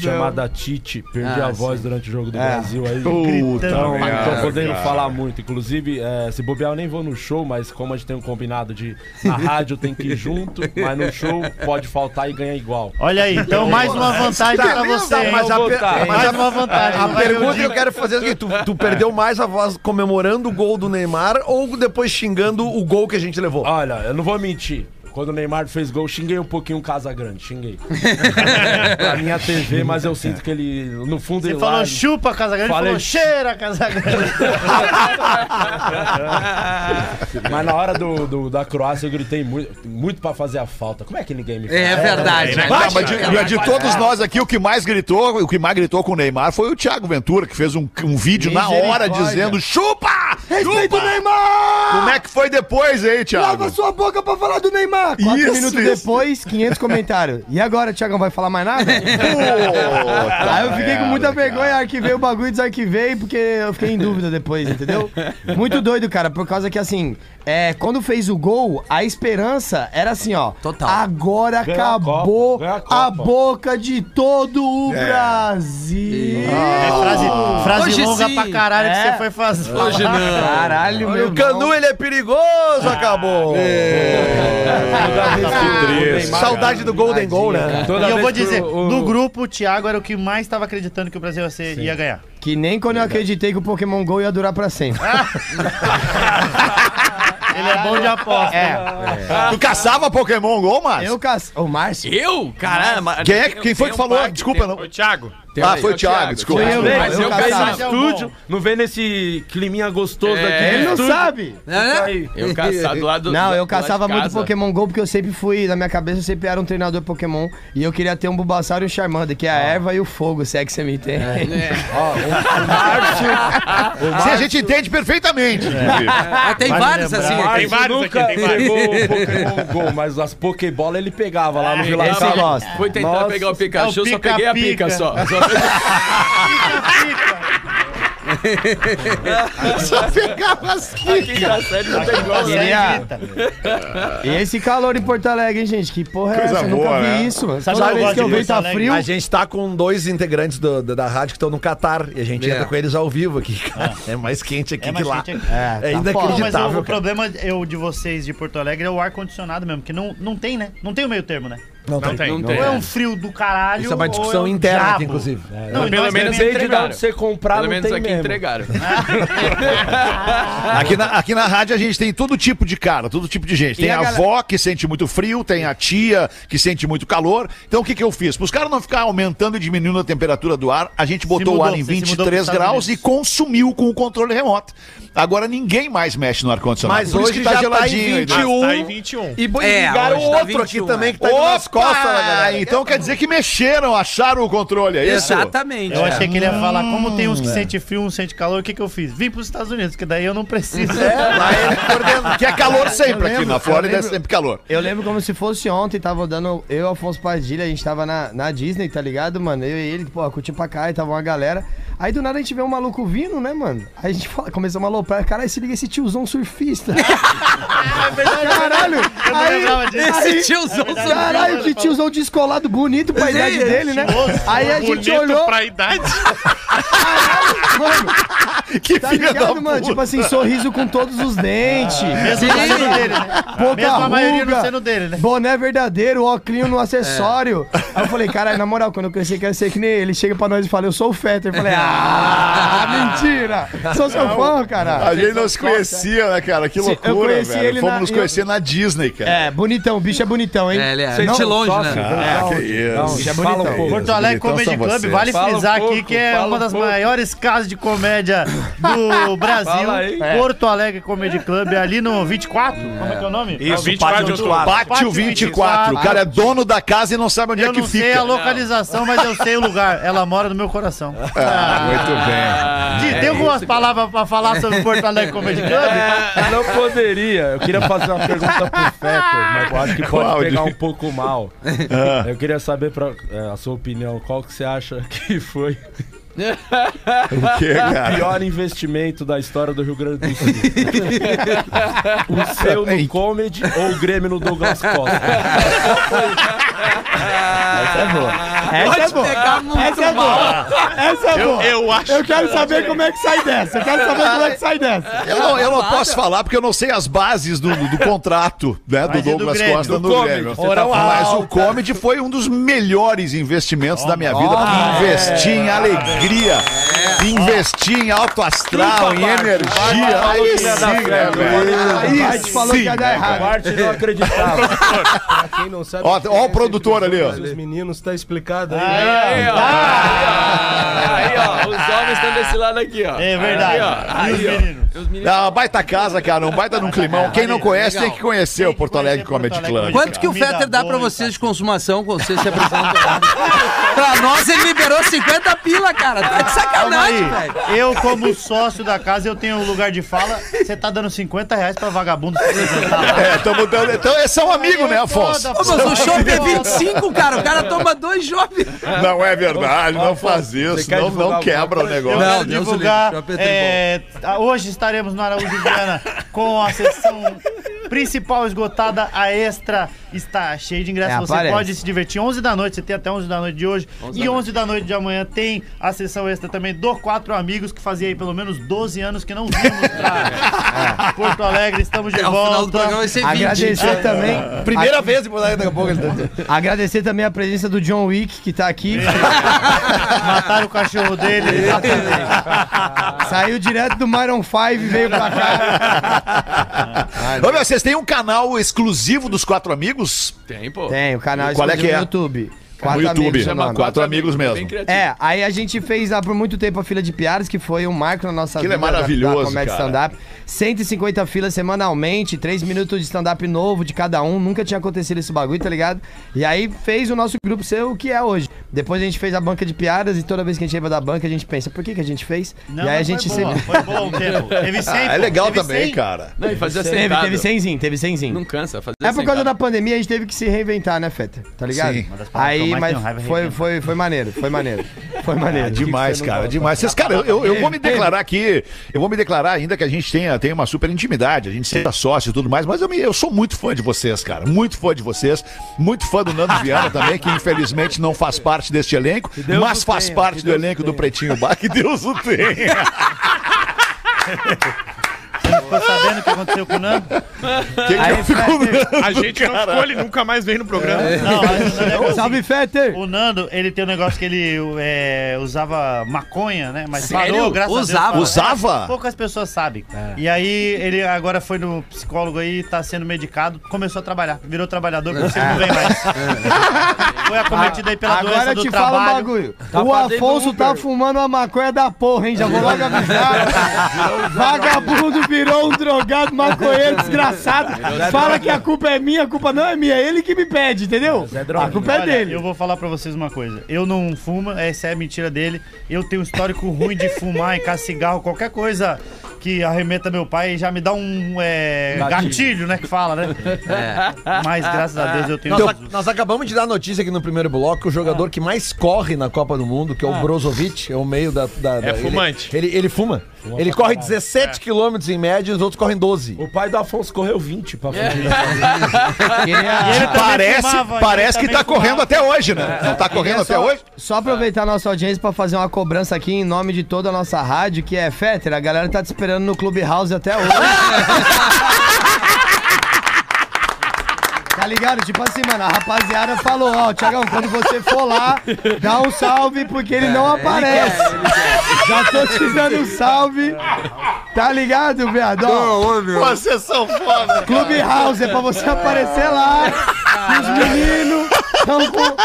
Chamada Tite. Perdi
Ah,
a voz durante o jogo do Brasil aí. Então, não tô podendo falar muito. Inclusive, eh, se bobear, eu nem vou no show, mas como a gente tem um combinado de na rádio tem que ir junto, mas no show pode faltar e ganhar igual.
Olha aí, então mais uma vantagem pra você, hein?
Tá mas a
vou
pe-
votar.
mas
Mais uma vantagem.
A
Vai ver o
pergunta que
Di.
eu quero fazer é o seguinte: tu, tu perdeu mais a voz comemorando o gol do Neymar ou depois xingando o gol que a gente levou? Ah,
Olha, eu não vou mentir. Quando o Neymar fez gol, xinguei um pouquinho o Casagrande, xinguei. pra minha TV, mas eu sinto que ele, no fundo,
Você
ele
falou
lá-
chupa Casagrande,
Falei.
falou cheira Casagrande.
Mas na hora do, do- da Croácia, eu gritei muito, muito pra fazer a falta. Como é que ninguém me faz?
É verdade.
Ah, mas de, mas de todos nós aqui, o que mais gritou, o que mais gritou com o Neymar foi o Thiago Ventura, que fez um, um vídeo na hora dizendo: chupa!
Respeita o
Chupa!
Neymar!
Como é que foi depois, hein, Thiago?
Lava sua boca pra falar do Neymar! Quatro
Isso,
minutos
isso.
depois, 500 comentários. E agora, Thiagão, vai falar mais nada?
Puta
Aí Ah, eu fiquei com
merda,
muita
cara.
vergonha, arquivei o bagulho e desarquivei, porque eu fiquei em dúvida depois, entendeu? Muito doido, cara, por causa que assim, é, quando fez o gol, a esperança era assim, ó.
Total.
Agora
Ganhou a
acabou
Copa, ganhou a
a,
Copa." É.
boca de todo o Brasil.
É frase,
Ah.
frase
Hoje
longa
sim.
pra caralho que
É.
você foi fazer.
Hoje não.
Caralho, meu
o Canu, ele é perigoso, acabou!
Ah,
Saudade do Golden Goal, né?
Toda
e eu
vez
vou
que
dizer,
o- o-
do grupo, o Thiago era o que mais tava acreditando que o Brasil ia, ser- ia ganhar.
Que nem quando eu acreditei que o Pokémon GO ia durar pra sempre.
Ele é bom de
Ah.
aposta. É
Tu caçava Pokémon Go, Márcio?
Eu, Cas... Ô, Márcio.
Eu?
um
Caramba.
Quem, é, quem foi que falou? Desculpa, não.
Ô, Thiago.
um
Ah, foi o Thiago, desculpa.
Fui eu.
Mas eu caí no
caçava.
estúdio, não vem nesse climinha gostoso É. aqui.
Ele
no
não
estúdio.
sabe.
É, né?
Eu caçava do lado
Não, eu caçava muito Pokémon GO porque eu sempre fui, na minha cabeça, eu sempre era um treinador Pokémon. E eu queria ter um Bulbasaur e um Charmander, que é a erva e o fogo, se é que você me entende.
Se a gente entende perfeitamente.
Ah, tem
Vale
vários
lembrar.
assim.
Tem
aqui.
vários
vários
nunca
aqui, tem vários.
pegou o Pokémon Go, mas as Pokébolas ele pegava lá no Vila
Esse eu gosto.
Foi tentar pegar o
Pikachu, só peguei a pica só.
Só pegava as
tá sério, não tem igual, né? E esse calor em Porto Alegre, hein, gente? Que porra é
Coisa
essa? Eu nunca
boa,
vi
né?
isso, mano.
Sabe
Toda
que eu
vez que eu
gosto
vejo
disso?
tá frio.
A gente tá com dois integrantes do- da, da rádio que estão no Catar e a gente
É.
entra com eles ao vivo aqui, cara. É mais quente aqui
É
que
mais
lá.
quente aqui.
É,
Tá foda. Mas o-
inacreditável.
o
cara.
problema eu, de vocês de Porto Alegre é o ar-condicionado mesmo, que não, não tem, né? Não tem o meio termo, né?
Não tem. Não
Ou
tem.
é um frio do caralho.
Isso é uma
ou
discussão
um
interna aqui,
diabo.
inclusive. É.
Não, então, assim,
Mas
e
pelo
nós
menos
também
sei de
entregaram.
onde você comprar,
Pelo
não
menos
tem
é-
aqui
mesmo.
entregaram.
Aqui na, aqui na rádio a gente tem todo tipo de cara, todo tipo de gente.
E
Tem
a
a,
galera-
avó que sente muito frio, tem a tia que sente muito calor. Então o que, que eu fiz? Para os caras não ficar aumentando e diminuindo a temperatura do ar, a gente botou
mudou,
o ar em
você se mudou pros
23
Estados
graus e consumiu com o controle remoto. Agora ninguém mais mexe no ar-condicionado.
Mas
Por isso
hoje
que
já
tá
tá
geladinho.
em
aí, né?
21.
Tá em 21.
E boi-
É,
ligaram
hoje tá
outro aqui
21,
também
né?
é.
que tá indo nas costas da galera.
Então quer dizer que mexeram, acharam o controle, é isso?
Eu achei que ele ia falar, como tem uns que
Hum, é.
sente frio, uns sente calor, o que que eu fiz? Vim pros Estados Unidos, que daí eu não preciso.
É.
tá. Que é calor sempre aqui na Flórida, é
lembro-
sempre calor.
Eu lembro como se fosse ontem, tava dando. Eu e Afonso Padilha, a gente tava na, na Disney, tá ligado, mano? Eu e ele, pô, curtindo pra cá, e tava uma galera. Aí do nada a gente vê um maluco vindo, né, mano? Aí a gente fala, começamos a aloprar. Caralho, se liga esse tiozão surfista.
Ah, é
Caralho!
Eu não lembrava disso.
aí-
Esse tiozão surfista.
Caralho, que tiozão descolado, bonito pra
Sim,
idade
é
dele, né?
estiloso,
Aí a gente
bonito
olhou.
pra idade.
Mano,
que
tá
filha
ligado,
da
mano?
puta. É.
Tipo assim, sorriso com todos os dentes.
Mesmo
é
Sim.
não sendo dele, né?
Pouca
Mesmo a maioria não
ruga,
sendo dele, né? É.
Boné verdadeiro, óculos no acessório. Aí eu falei, caralho, na moral, quando eu crescer, quero ser que nem ele. Chega pra nós e fala, eu sou o Fetter. Eu falei, ah, mentira. Sou seu fã, caralho.
A gente não se conhecia, né, cara? Que
Sim, eu
loucura,
conheci
velho.
ele
Fomos
na-
nos
eu-
conhecer na Disney, cara.
É, bonitão, o bicho é bonitão, hein?
É, ele é.
Não,
Sente longe,
sócio,
assim.
né?
bonitão.
Ah, que isso.
Não, bicho é
Fala um
bonitão.
pouco.
Porto Alegre
Então
Comedy
são
Club,
vocês.
vale
Fala um
frisar aqui
pouco,
que é
fala
uma
um
das
pouco.
maiores casas de comédia do Brasil.
Fala aí.
É.
Porto Alegre Comedy Club, ali no 24. Como é que é o nome?
Isso,
É o
24 de outubro. Pátio 24. O cara é dono da casa e não sabe onde é
Eu
que
não
fica.
sei a localização, mas eu sei o lugar. Ela mora no meu coração.
Ah, muito bem.
Di,
é
tem algumas palavras pra falar sobre Porto Alegre Comedy Club?
É, não poderia. Eu queria fazer uma pergunta pro Fetter, mas eu acho que pode
Cláudio.
pegar um pouco mal.
Ah.
Eu queria saber pra, é, a sua opinião, qual que você acha que foi
O quê, cara?
o
Ah.
pior investimento da história do Rio Grande do Sul? o seu no comedy ou o Grêmio no Douglas Costa?
Essa é boa.
Pode
Essa é boa.
pegar
um
muito
Essa é
mal.
boa. Essa é
Eu-
boa.
eu acho
Eu quero
que-
saber como é que sai dessa. Eu quero saber como é que sai dessa.
Eu não, eu não posso falar porque eu não sei as bases do, do contrato né, do
Mas e do
Douglas
Grêmio?
Costa
Do
no
comedy,
Grêmio.
você tá falando.
Mas o comedy foi um dos melhores investimentos da minha vida.
Ah,
porque investi
é.
em alegria, investi em alto astral, em energia. Aí sim, né, velho?
Aí
Aí
te falou que
sim,
ia
né,
dar errado.
cara?
não acreditava. pra quem não sabe.
Ó,
a
ó o
diferença
produtor
entre
ali, ó.
Os meninos tá explicado aí.
Aí,
né?
ó. Aí, ó. Os homens estão desse lado aqui, ó.
É
Aí, ó.
Aí, ó. Dá uma baita casa, cara. Um baita num climão. Quem não conhece tem que conhecer o Porto Alegre Comedy Club.
Quanto que o Fetter dá pra vocês de consumação quando vocês se apresentam? pra nós ele liberou 50 pila, cara. Tá de
Calma
sacanagem, velho.
aí. Eu, como sócio da casa, eu tenho um lugar de fala. Você tá dando 50 reais pra vagabundo se apresentar.
É, tamo dando. Então, é são amigo, né, Afonso?
foda,
Ô, mas o chopp é 25, cara. O cara toma dois shoppes.
Não é verdade, não faz isso.
quer
Não, não
divulgar
quebra o
Eu
negócio.
quero divulgar. é, a- hoje estaremos no Araújo Viana com a sessão principal esgotada. A extra está cheia de ingressos.
É,
você
aparece.
pode se divertir 11 da noite. Você tem até 11 da noite de hoje.
11
e
da
11 da noite de amanhã tem a sessão extra também do Quatro Amigos, que fazia aí pelo menos 12 anos que não vimos pra Porto Alegre. Estamos de
Ah, É, o
volta.
final do programa vai
Ah,
ser 20. Agradecer também.
Ah.
Primeira Aqui-
vez em Porto Alegre, daqui a pouco ele tá-
Agradecer também a presença do John Wick, que tá aqui.
É.
Mataram o cachorro dele.
Saiu direto do Myron 5 e veio pra cá.
Ah, Ô, meu, vocês têm um canal exclusivo dos quatro amigos?
Tem, pô.
Tem, o canal
Qual é que
exclusivo
é?
no YouTube.
no YouTube.
é o nome.
quatro amigos mesmo.
É, aí a gente fez há por muito tempo a fila de piadas, que foi um marco na nossa
Aquilo é
vida da-
maravilhoso,
da comédia
cara.
stand-up. 150 filas semanalmente, 3 minutos de stand-up novo de cada um. Nunca tinha acontecido esse bagulho, tá ligado? E aí fez o nosso grupo ser o que é hoje. Depois a gente fez a banca de piadas e toda vez que a gente leva da banca, a gente pensa, por que, que a gente fez?
Não,
e aí a
mas
gente
foi boa, foi boa o tempo. Teve 100, Ah, é legal pô, teve também, 100. cara.
Não, e fazia
Teve-
sentado.
teve 100zinho, teve 100zinho.
Não cansa, fazia
É por
sentado.
causa
é?
da pandemia, a gente teve que se reinventar, né, Feta? Tá ligado?
Sim. Uma das palavras que eu
aí,
Mike
mas
tem raiva é
foi, foi, foi maneiro, foi maneiro. Foi maneiro.
É, demais, cara, demais. Vocês, cara, eu- eu, eu vou me declarar aqui, eu vou me declarar ainda que a gente tenha, tenha uma super intimidade, a gente seja sócio e tudo mais, mas eu, me- eu sou muito fã de vocês, cara, muito fã de vocês, muito fã do Nando Viana também, que infelizmente não faz parte deste elenco,
Deus
mas
o
faz
tenha,
parte do elenco do Pretinho Bar, que Deus o tenha.
Ficou sabendo o que aconteceu com o Nando?
que eu fico olhando,
A gente não
cara?
ficou, ele nunca mais veio no programa.
Não, mas o Nando é
Salve, Fetter!
O Nando, ele tem um negócio que ele é, usava maconha, né? Mas
Sério?
parou, graças a
Usava?
Deus. parou.
Usava?
É, poucas pessoas sabem.
É.
E aí, ele agora foi no psicólogo aí, tá sendo medicado, começou a trabalhar. Virou trabalhador, porque você não vem mais. Foi acometido aí pela
É.
é
Agora
doença
eu
do
te
trabalho.
falo um bagulho. o Afonso tá fumando uma maconha da porra, hein? Já vou logo avisar. Vagabundo virou um drogado, maconheiro, desgraçado.
Virou
Fala
drogado.
que a culpa é minha, a culpa não é minha. É ele que me pede, entendeu? a culpa é
Olha,
dele.
Eu vou falar pra vocês uma coisa. Eu não fumo, essa é a mentira dele. Eu tenho um histórico ruim de fumar, encar cigarro, qualquer coisa que arremeta meu pai já me dá um é,
Gatilho.
gatilho. né? Que fala, né? Mas graças a Deus eu tenho.
Então-
Nós, nós acabamos de dar notícia aqui no primeiro bloco que o jogador que mais corre na Copa do Mundo, que é o
Ah.
Brozovic, é É. o meio da. da- da- ele-
fumante.
Ele, ele, fuma.
Fuma
ele
pra
corre
caralho.
17 quilômetros em média e os outros correm 12.
O pai do Afonso correu 20 pra fugir.
é?
Parece, parece que tá correndo até hoje, né?
É.
Não tá
Eu
correndo
queria
até
só-
hoje?
Só aproveitar a nossa audiência pra fazer uma cobrança aqui em nome de toda a nossa rádio, que é Fetter. A galera tá te esperando no Clubhouse até hoje. Tá ligado? Tipo assim, mano, a rapaziada falou, ó, Tiagão, quando você for lá, dá um salve, porque ele não aparece. Já tô te dando um salve. Tá ligado, viado? Ó,
Vocês são foda.
Clube House é pra você aparecer lá. E os meninos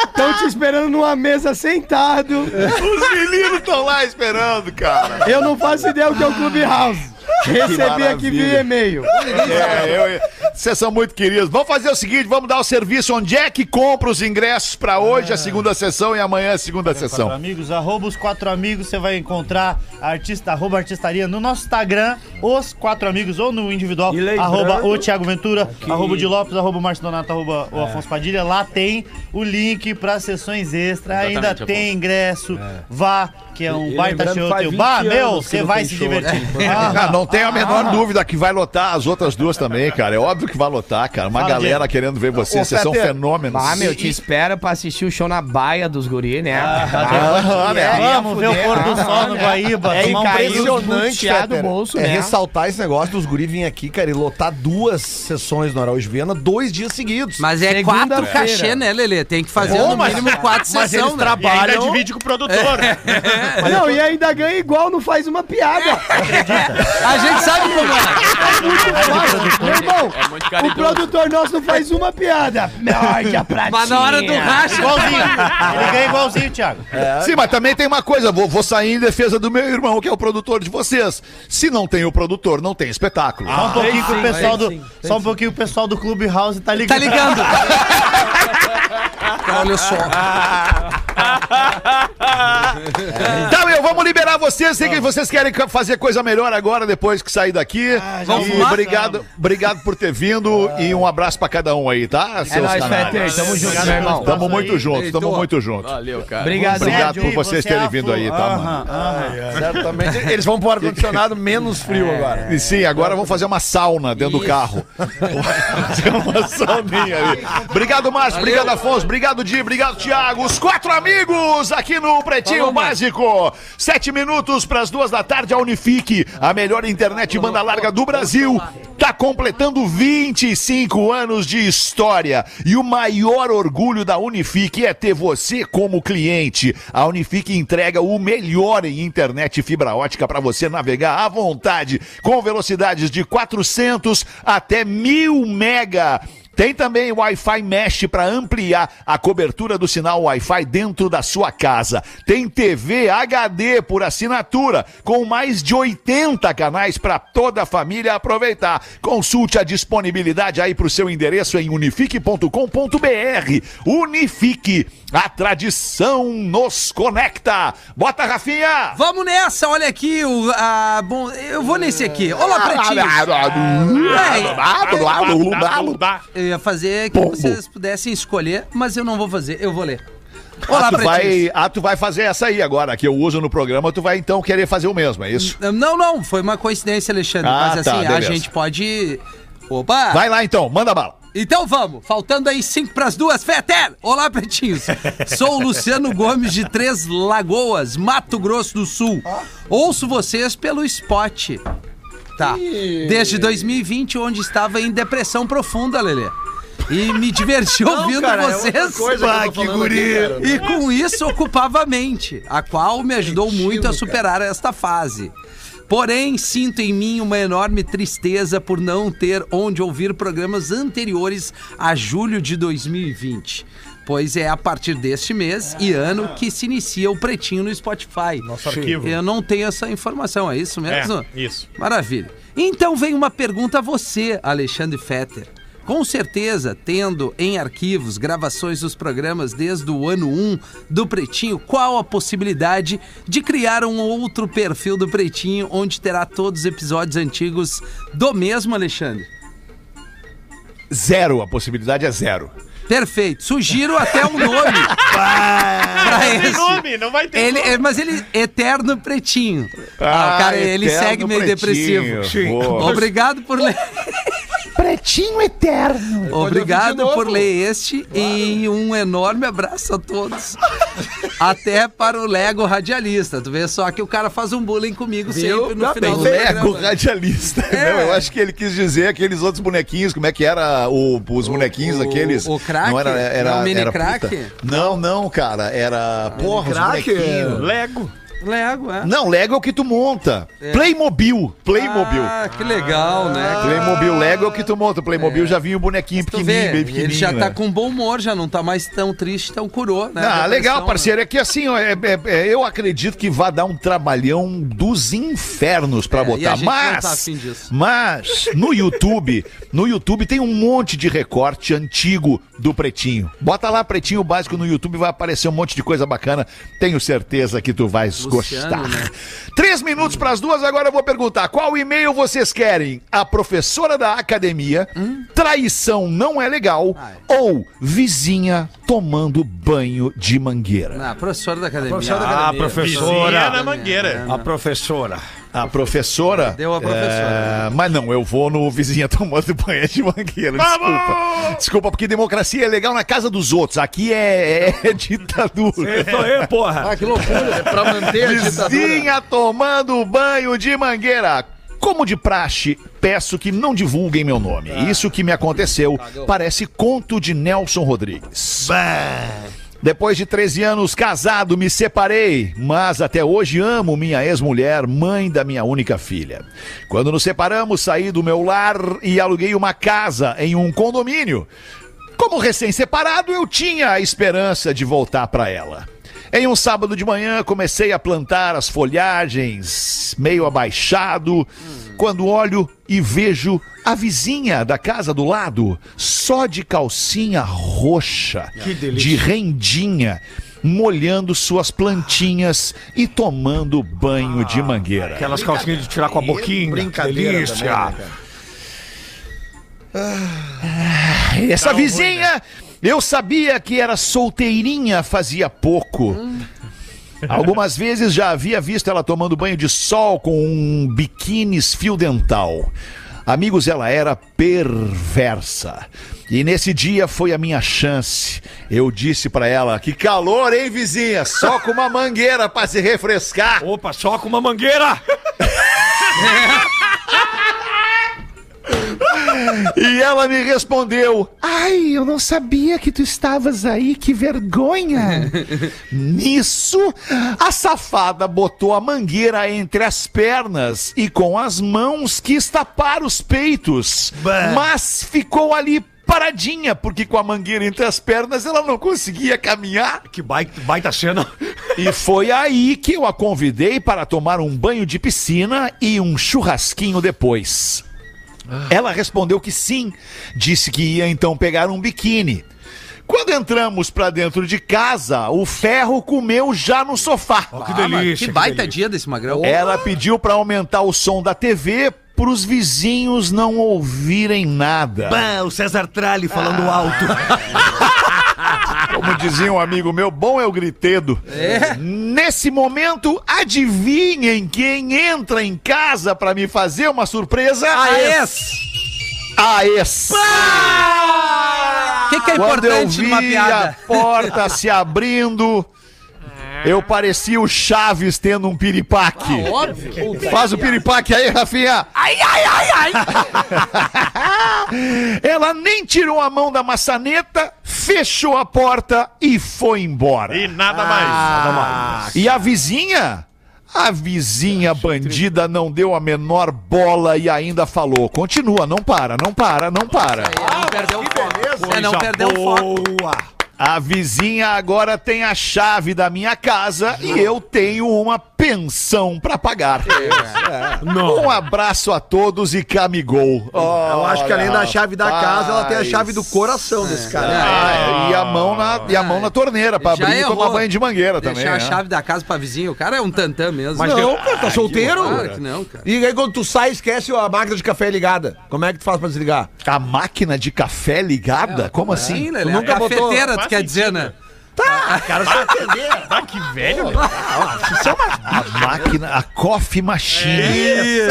estão te esperando numa mesa sentado.
Os meninos estão lá esperando, cara.
Eu não faço ideia o que é o Clube House. Recebi aqui via e-mail.
É, eu- Vocês são muito queridos. Vamos fazer o seguinte: vamos dar o serviço. Onde é que compra os ingressos pra hoje, a segunda sessão, e amanhã, é a segunda
Quatro
sessão?
amigos, arroba os quatro amigos, você vai encontrar artista, arroba artistaria no nosso Instagram, os quatro amigos, ou no individual, arroba o Thiago Ventura, arroba o Di Lopes, arroba o Márcio Donato, arroba o Afonso Padilha. Lá tem o link para sessões extras, ainda
Exatamente,
tem ingresso, vá, que é um
E
baita
lembrando
show
que faz
teu.
20
Bah, meu,
anos que
você
não
vai
tem
se
show né?
divertir.
aqui.
Ah, não tenho a menor
Ah.
dúvida que vai lotar as outras duas também, cara. É óbvio que vai lotar, cara. Uma
Fala,
galera
Diego.
querendo ver vocês. Vocês são fenômenos.
Ah, meu, te espero pra assistir o show na baia dos guri, né?
Ah, né?
Vamos ver o pôr do
Ah,
sol no Guaíba,
É
tomar um
impressionante,
desmuteado
Fetter,
o bolso,
é
né?
ressaltar esse negócio dos guri virem aqui, cara, e lotar duas sessões no Araújo Viana, dois dias seguidos.
Mas é quatro cachê, né, Lelê? Tem que fazer
Bom,
no
mas-
mínimo quatro
mas
sessões.
eles trabalham-
E ainda divide com o produtor.
Não, e ainda ganha igual, não faz uma piada.
A gente sabe como
é. Meu irmão,
É muito
o
caridoso.
produtor nosso não faz uma piada. Ai, que a pratinha.
Mas na hora do racha-
Igualzinho. Ele ganha igualzinho, Thiago.
É. Sim, mas também tem uma coisa, vou, vou sair em defesa do meu irmão, que é o produtor de vocês. Se não tem o produtor, não tem espetáculo.
Só um pouquinho que o pessoal do,
Ah, sim,
só um pouquinho o pessoal do Clube House tá ligando.
Tá ligando. Olha só.
Tá, meu, vamos liberar vocês. Sei que vocês querem ca- fazer coisa melhor agora, depois que sair daqui.
Ah, vamos
e
fumar?
obrigado, obrigado por ter vindo e um abraço pra cada um aí, tá?
É nóis, Fetter. Tamo junto, meu irmão.
Tamo muito junto, tamo
Heitor.
muito junto.
Valeu, cara.
Obrigado,
Obrigado por
Sérgio,
vocês
você
terem
é
vindo aí, tá,
afro.
mano?
Aham, aham.
Certamente. Né? Eles vão pro ar-condicionado menos frio
É.
agora.
E sim, agora vamos fazer uma sauna dentro do carro. fazer uma sauninha ali. Obrigado, Márcio. Obrigado, Afonso. Obrigado, Di. Obrigado, Tiago. Os quatro amigos aqui no Pretinho Básico. Sete minutos para as duas da tarde. A Unifique, a melhor internet de banda larga do Brasil, está completando 25 anos de história. E o maior orgulho da Unifique é ter você como cliente. A Unifique entrega o melhor em internet e fibra ótica para você navegar à vontade, com velocidades de 400 até 1000 mega. Tem também Wi-Fi Mesh para ampliar a cobertura do sinal Wi-Fi dentro da sua casa. Tem TV HD por assinatura, com mais de 80 canais para toda a família aproveitar. Consulte a disponibilidade aí para o seu endereço em unifique.com.br. Unifique, a tradição nos conecta. Bota, Rafinha!
Vamos nessa, olha aqui. O, ah, bom, eu vou nesse aqui. Olá, pretinho. Eu ia fazer que vocês pudessem escolher, mas eu não vou fazer, eu vou ler.
ah, tu vai,
Pretinhos.
ah, tu vai fazer essa aí agora, que eu uso no programa, tu vai então querer fazer o mesmo, é isso?
Não, não, foi uma coincidência, Alexandre.
Ah,
mas
tá,
assim, a
beleza.
gente pode. Opa!
Vai lá então, manda bala.
Então vamos, faltando aí cinco pras duas, Feter! Olá, pretinhos! Sou o Luciano Gomes de Três Lagoas, Mato Grosso do Sul. Ouço vocês pelo spot. Tá. Desde 2020, onde estava em depressão profunda, Lelê. E me diverti
Não,
ouvindo
cara, é outra
vocês.
coisa que eu tô Bah, que falando aqui, guri. cara.
E com isso ocupava a mente, a qual me ajudou muito a superar esta fase. Porém, sinto em mim uma enorme tristeza por não ter onde ouvir programas anteriores a julho de 2020. Pois é a partir deste mês e ano que se inicia o Pretinho no Spotify. Nosso
arquivo.
Eu não tenho essa informação, é isso mesmo?
É, isso.
Maravilha. Então vem uma pergunta a você, Alexandre Fetter. Com certeza, tendo em arquivos gravações dos programas desde o ano 1 do Pretinho, qual a possibilidade de criar um outro perfil do Pretinho onde terá todos os episódios antigos do mesmo, Alexandre?
Zero, a possibilidade é zero.
Perfeito. Sugiro até um nome. pra
não tem
esse.
nome, não vai ter
Ele,
nome.
é, mas ele eterno pretinho. Ah,
Ah,
o cara, ele
eterno
segue meio
pretinho.
depressivo.
Sim. Boa.
Obrigado por ler.
Pretinho eterno.
Obrigado por ler este e um enorme abraço a todos. Até para o Lego Radialista. Tu vê só que o cara faz um bullying comigo sempre no final do
Lego
programa.
radialista. Não, eu acho que ele quis dizer aqueles outros bonequinhos, como é que era o- os bonequinhos
o-
aqueles.
o craque?
Não era, era,
Não, mini
era
craque?
puta. Não, não, cara, era porra, os
craque?
bonequinhos.
Lego.
Lego, é.
Não, Lego é o que tu monta.
É.
Playmobil, Playmobil.
Ah, que legal, né?
Playmobil Lego é o que tu monta. Playmobil já vinha o bonequinho
Tu
pequenininho,
vê,
bem pequenininho.
ele já tá
né?
com bom humor, já não tá mais tão triste, tão curou, né?
Ah,
Depressão,
legal,
né?
parceiro. É que assim, ó, é- é- é, eu acredito que vai dar um trabalhão dos infernos pra
É, e a
botar.
gente não tá
Mas,
afim disso.
mas no YouTube, no YouTube tem um monte de recorte antigo do Pretinho. Bota lá Pretinho Básico no YouTube, vai aparecer um monte de coisa bacana. Tenho certeza que tu vais gostar.
né?
Três minutos pras duas, agora eu vou perguntar: qual e-mail vocês querem? A professora da academia, traição não é legal, ou vizinha tomando banho de mangueira?
Ah, professora da academia.
professora da academia. Ah, professora.
Vizinha na mangueira.
A professora.
A professora?
Deu a professora.
É, mas não, eu vou no vizinha tomando banho de mangueira. Desculpa. Desculpa, porque democracia é legal na casa dos outros. Aqui é, é ditadura.
É porra.
Ah, que loucura. É pra manter a ditadura.
Vizinha tomando banho de mangueira. Como de praxe, peço que não divulguem meu nome. Isso que me aconteceu parece conto de Nelson Rodrigues. Depois de 13 anos casado, me separei, mas até hoje amo minha ex-mulher, mãe da minha única filha. Quando nos separamos, saí do meu lar e aluguei uma casa em um condomínio. Como recém-separado, eu tinha a esperança de voltar para ela. Em um sábado de manhã, comecei a plantar as folhagens, meio abaixado, quando olho e vejo a vizinha da casa do lado, só de calcinha roxa, de rendinha, molhando suas plantinhas e tomando banho de mangueira.
Aquelas calcinhas de tirar com a boquinha.
Brincadeira
Delícia.
também, né, Essa vizinha, eu sabia que era solteirinha fazia pouco. Algumas vezes já havia visto ela tomando banho de sol com um biquínis fio dental. Amigos, ela era perversa. E nesse dia foi a minha chance. Eu disse pra ela: "Que calor, hein, vizinha? Só com uma mangueira pra se refrescar".
Opa, só com uma mangueira.
E ela me respondeu:
Ai, eu não sabia que tu estavas aí, que vergonha.
Nisso, a safada botou a mangueira entre as pernas e com as mãos quis tapar os peitos, mas ficou ali paradinha, porque com a mangueira entre as pernas ela não conseguia caminhar.
Que baita, baita cena.
Ah,
E foi aí que eu a convidei para tomar um banho de piscina e um churrasquinho depois. Ela respondeu que sim, disse que ia então pegar um biquíni. Quando entramos pra dentro de casa, o ferro comeu já no sofá.
Ah, mas que baita dia desse magrão.
Ela pediu pra aumentar o som da TV pros vizinhos não ouvirem nada. Ah.
Bah, o César Tralli falando alto.
Como dizia um amigo meu, bom é o gritedo.
É.
Nesse momento, adivinhem quem entra em casa pra me fazer uma surpresa?
A
A ex.
O que, que é
Quando eu
importante
vi
numa
a
piada?
porta se abrindo, eu parecia o Chaves tendo um piripaque.
Óbvio.
Faz o piripaque aí, Rafinha. Ai, ai, ai, ai. Ela nem tirou a mão da maçaneta, fechou a porta e foi embora.
E nada mais.
Ah,
Nada mais.
E a vizinha? A vizinha bandida não deu a menor bola e ainda falou. Continua, não para, não para, não para.
Não perdeu o foco. É, não perdeu o foco.
A vizinha agora tem a chave da minha casa e eu tenho uma pensão pra pagar. Um abraço a todos e camigol.
Eu acho que além da chave da casa, ela tem a chave do coração né? desse
É.
cara.
Ah, e a mão na e a mão na torneira pra
Já
abrir e tomar
errou.
banho de mangueira
Deixar
também.
a
né?
chave da casa pra vizinha. O cara é um tantã mesmo.
é. Mas não, cara, tá solteiro?
Claro que não, cara.
E aí quando tu sai, esquece a máquina de café ligada. Como é que tu faz pra desligar?
A máquina de café ligada? Como assim?
É, Sim, né? Lelé.
É. nunca
a
botou-
cafeteira,
Faz
tu quer dizer, né?
Ah, cara, você vai entender.
Ah, que velho,
A é máquina, a coffee
É.
machine.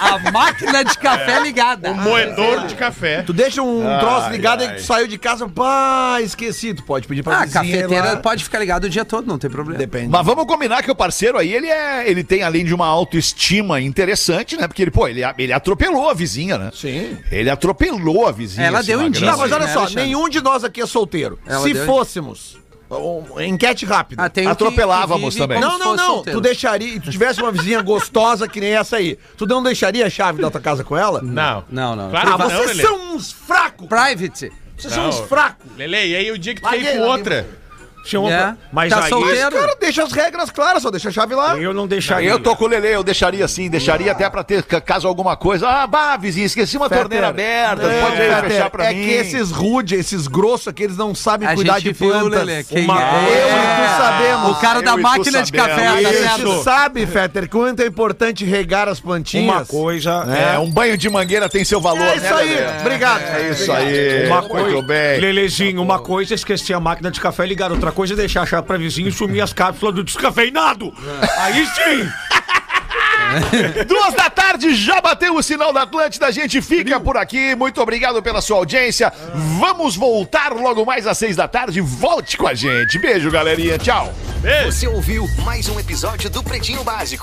A máquina de café ligada.
Um moedor de
É.
café.
Tu deixa um troço ligado e tu saiu de casa, pá, esqueci. Tu pode pedir pra
Ah, a
vizinha ir
cafeteira
é lá.
pode ficar ligada o dia todo, não tem problema.
Depende.
Mas vamos combinar que o parceiro aí, ele é. Ele tem, além de uma autoestima interessante, né? Porque ele, pô, ele, a- ele atropelou a vizinha, né?
Sim.
Ele atropelou a vizinha. assim,
Ela
esse
deu
magrão.
indício.
Não, mas olha
né,
só,
Alexandre?
nenhum de nós aqui é solteiro.
Ela
Se
deu-
fôssemos, um- enquete rápida.
Ah, tem o que-
Atropelávamos
que vive
também.
como
Não,
se
não, é-
fosse
não.
solteiro.
Tu deixaria, tu tivesse uma vizinha gostosa que nem essa aí. Tu não deixaria a chave da tua casa com ela?
Não.
Não, não.
Claro
Ah,
que não,
vocês
Lelê.
são uns fracos.
Private.
Vocês são uns
Não.
fracos.
Lelê, e aí o dia que tu
Larguei,
veio com
larguei.
outra?
Então,
Chamou
É.
pra- Mas
tá
aí...
solteiro?
Cara, deixa as regras claras, só deixa a chave
um-
lá.
Eu não deixaria.
Eu tô com o Lele, eu deixaria assim, deixaria até pra ter ca- caso alguma coisa. Ah, bah, vizinha, esqueci uma torneira aberta, pode aí
Peter,
fechar pra
é
mim.
que esses rude, esses grossos aqui, eles não sabem
A
cuidar
gente
de
viu,
plantas.
Lelê, quem
Uma-
é.
Eu e tu sabemos.
O cara
eu
da
e tu
máquina de
sabemos.
café, tá
a
certo?
gente sabe, Fetter, quanto é importante regar as plantinhas.
Uma coisa.
É, um banho de mangueira tem seu valor.
É isso
né,
aí.
Lelê?
Obrigado.
É isso aí.
Uma
Muito
coisa-
bem. Tá
Lelezinho, uma coisa é esquecer a máquina de café ligada, outra coisa é deixar a chave pra vizinho e sumir as cápsulas do descafeinado.
É.
Aí sim!
Duas da tarde, já bateu o sinal da Atlântida, a gente fica por aqui. Muito obrigado pela sua audiência. Vamos voltar logo mais às seis da tarde. Volte com a gente. Beijo, galerinha. Tchau.
Você ouviu mais um episódio do Pretinho Básico.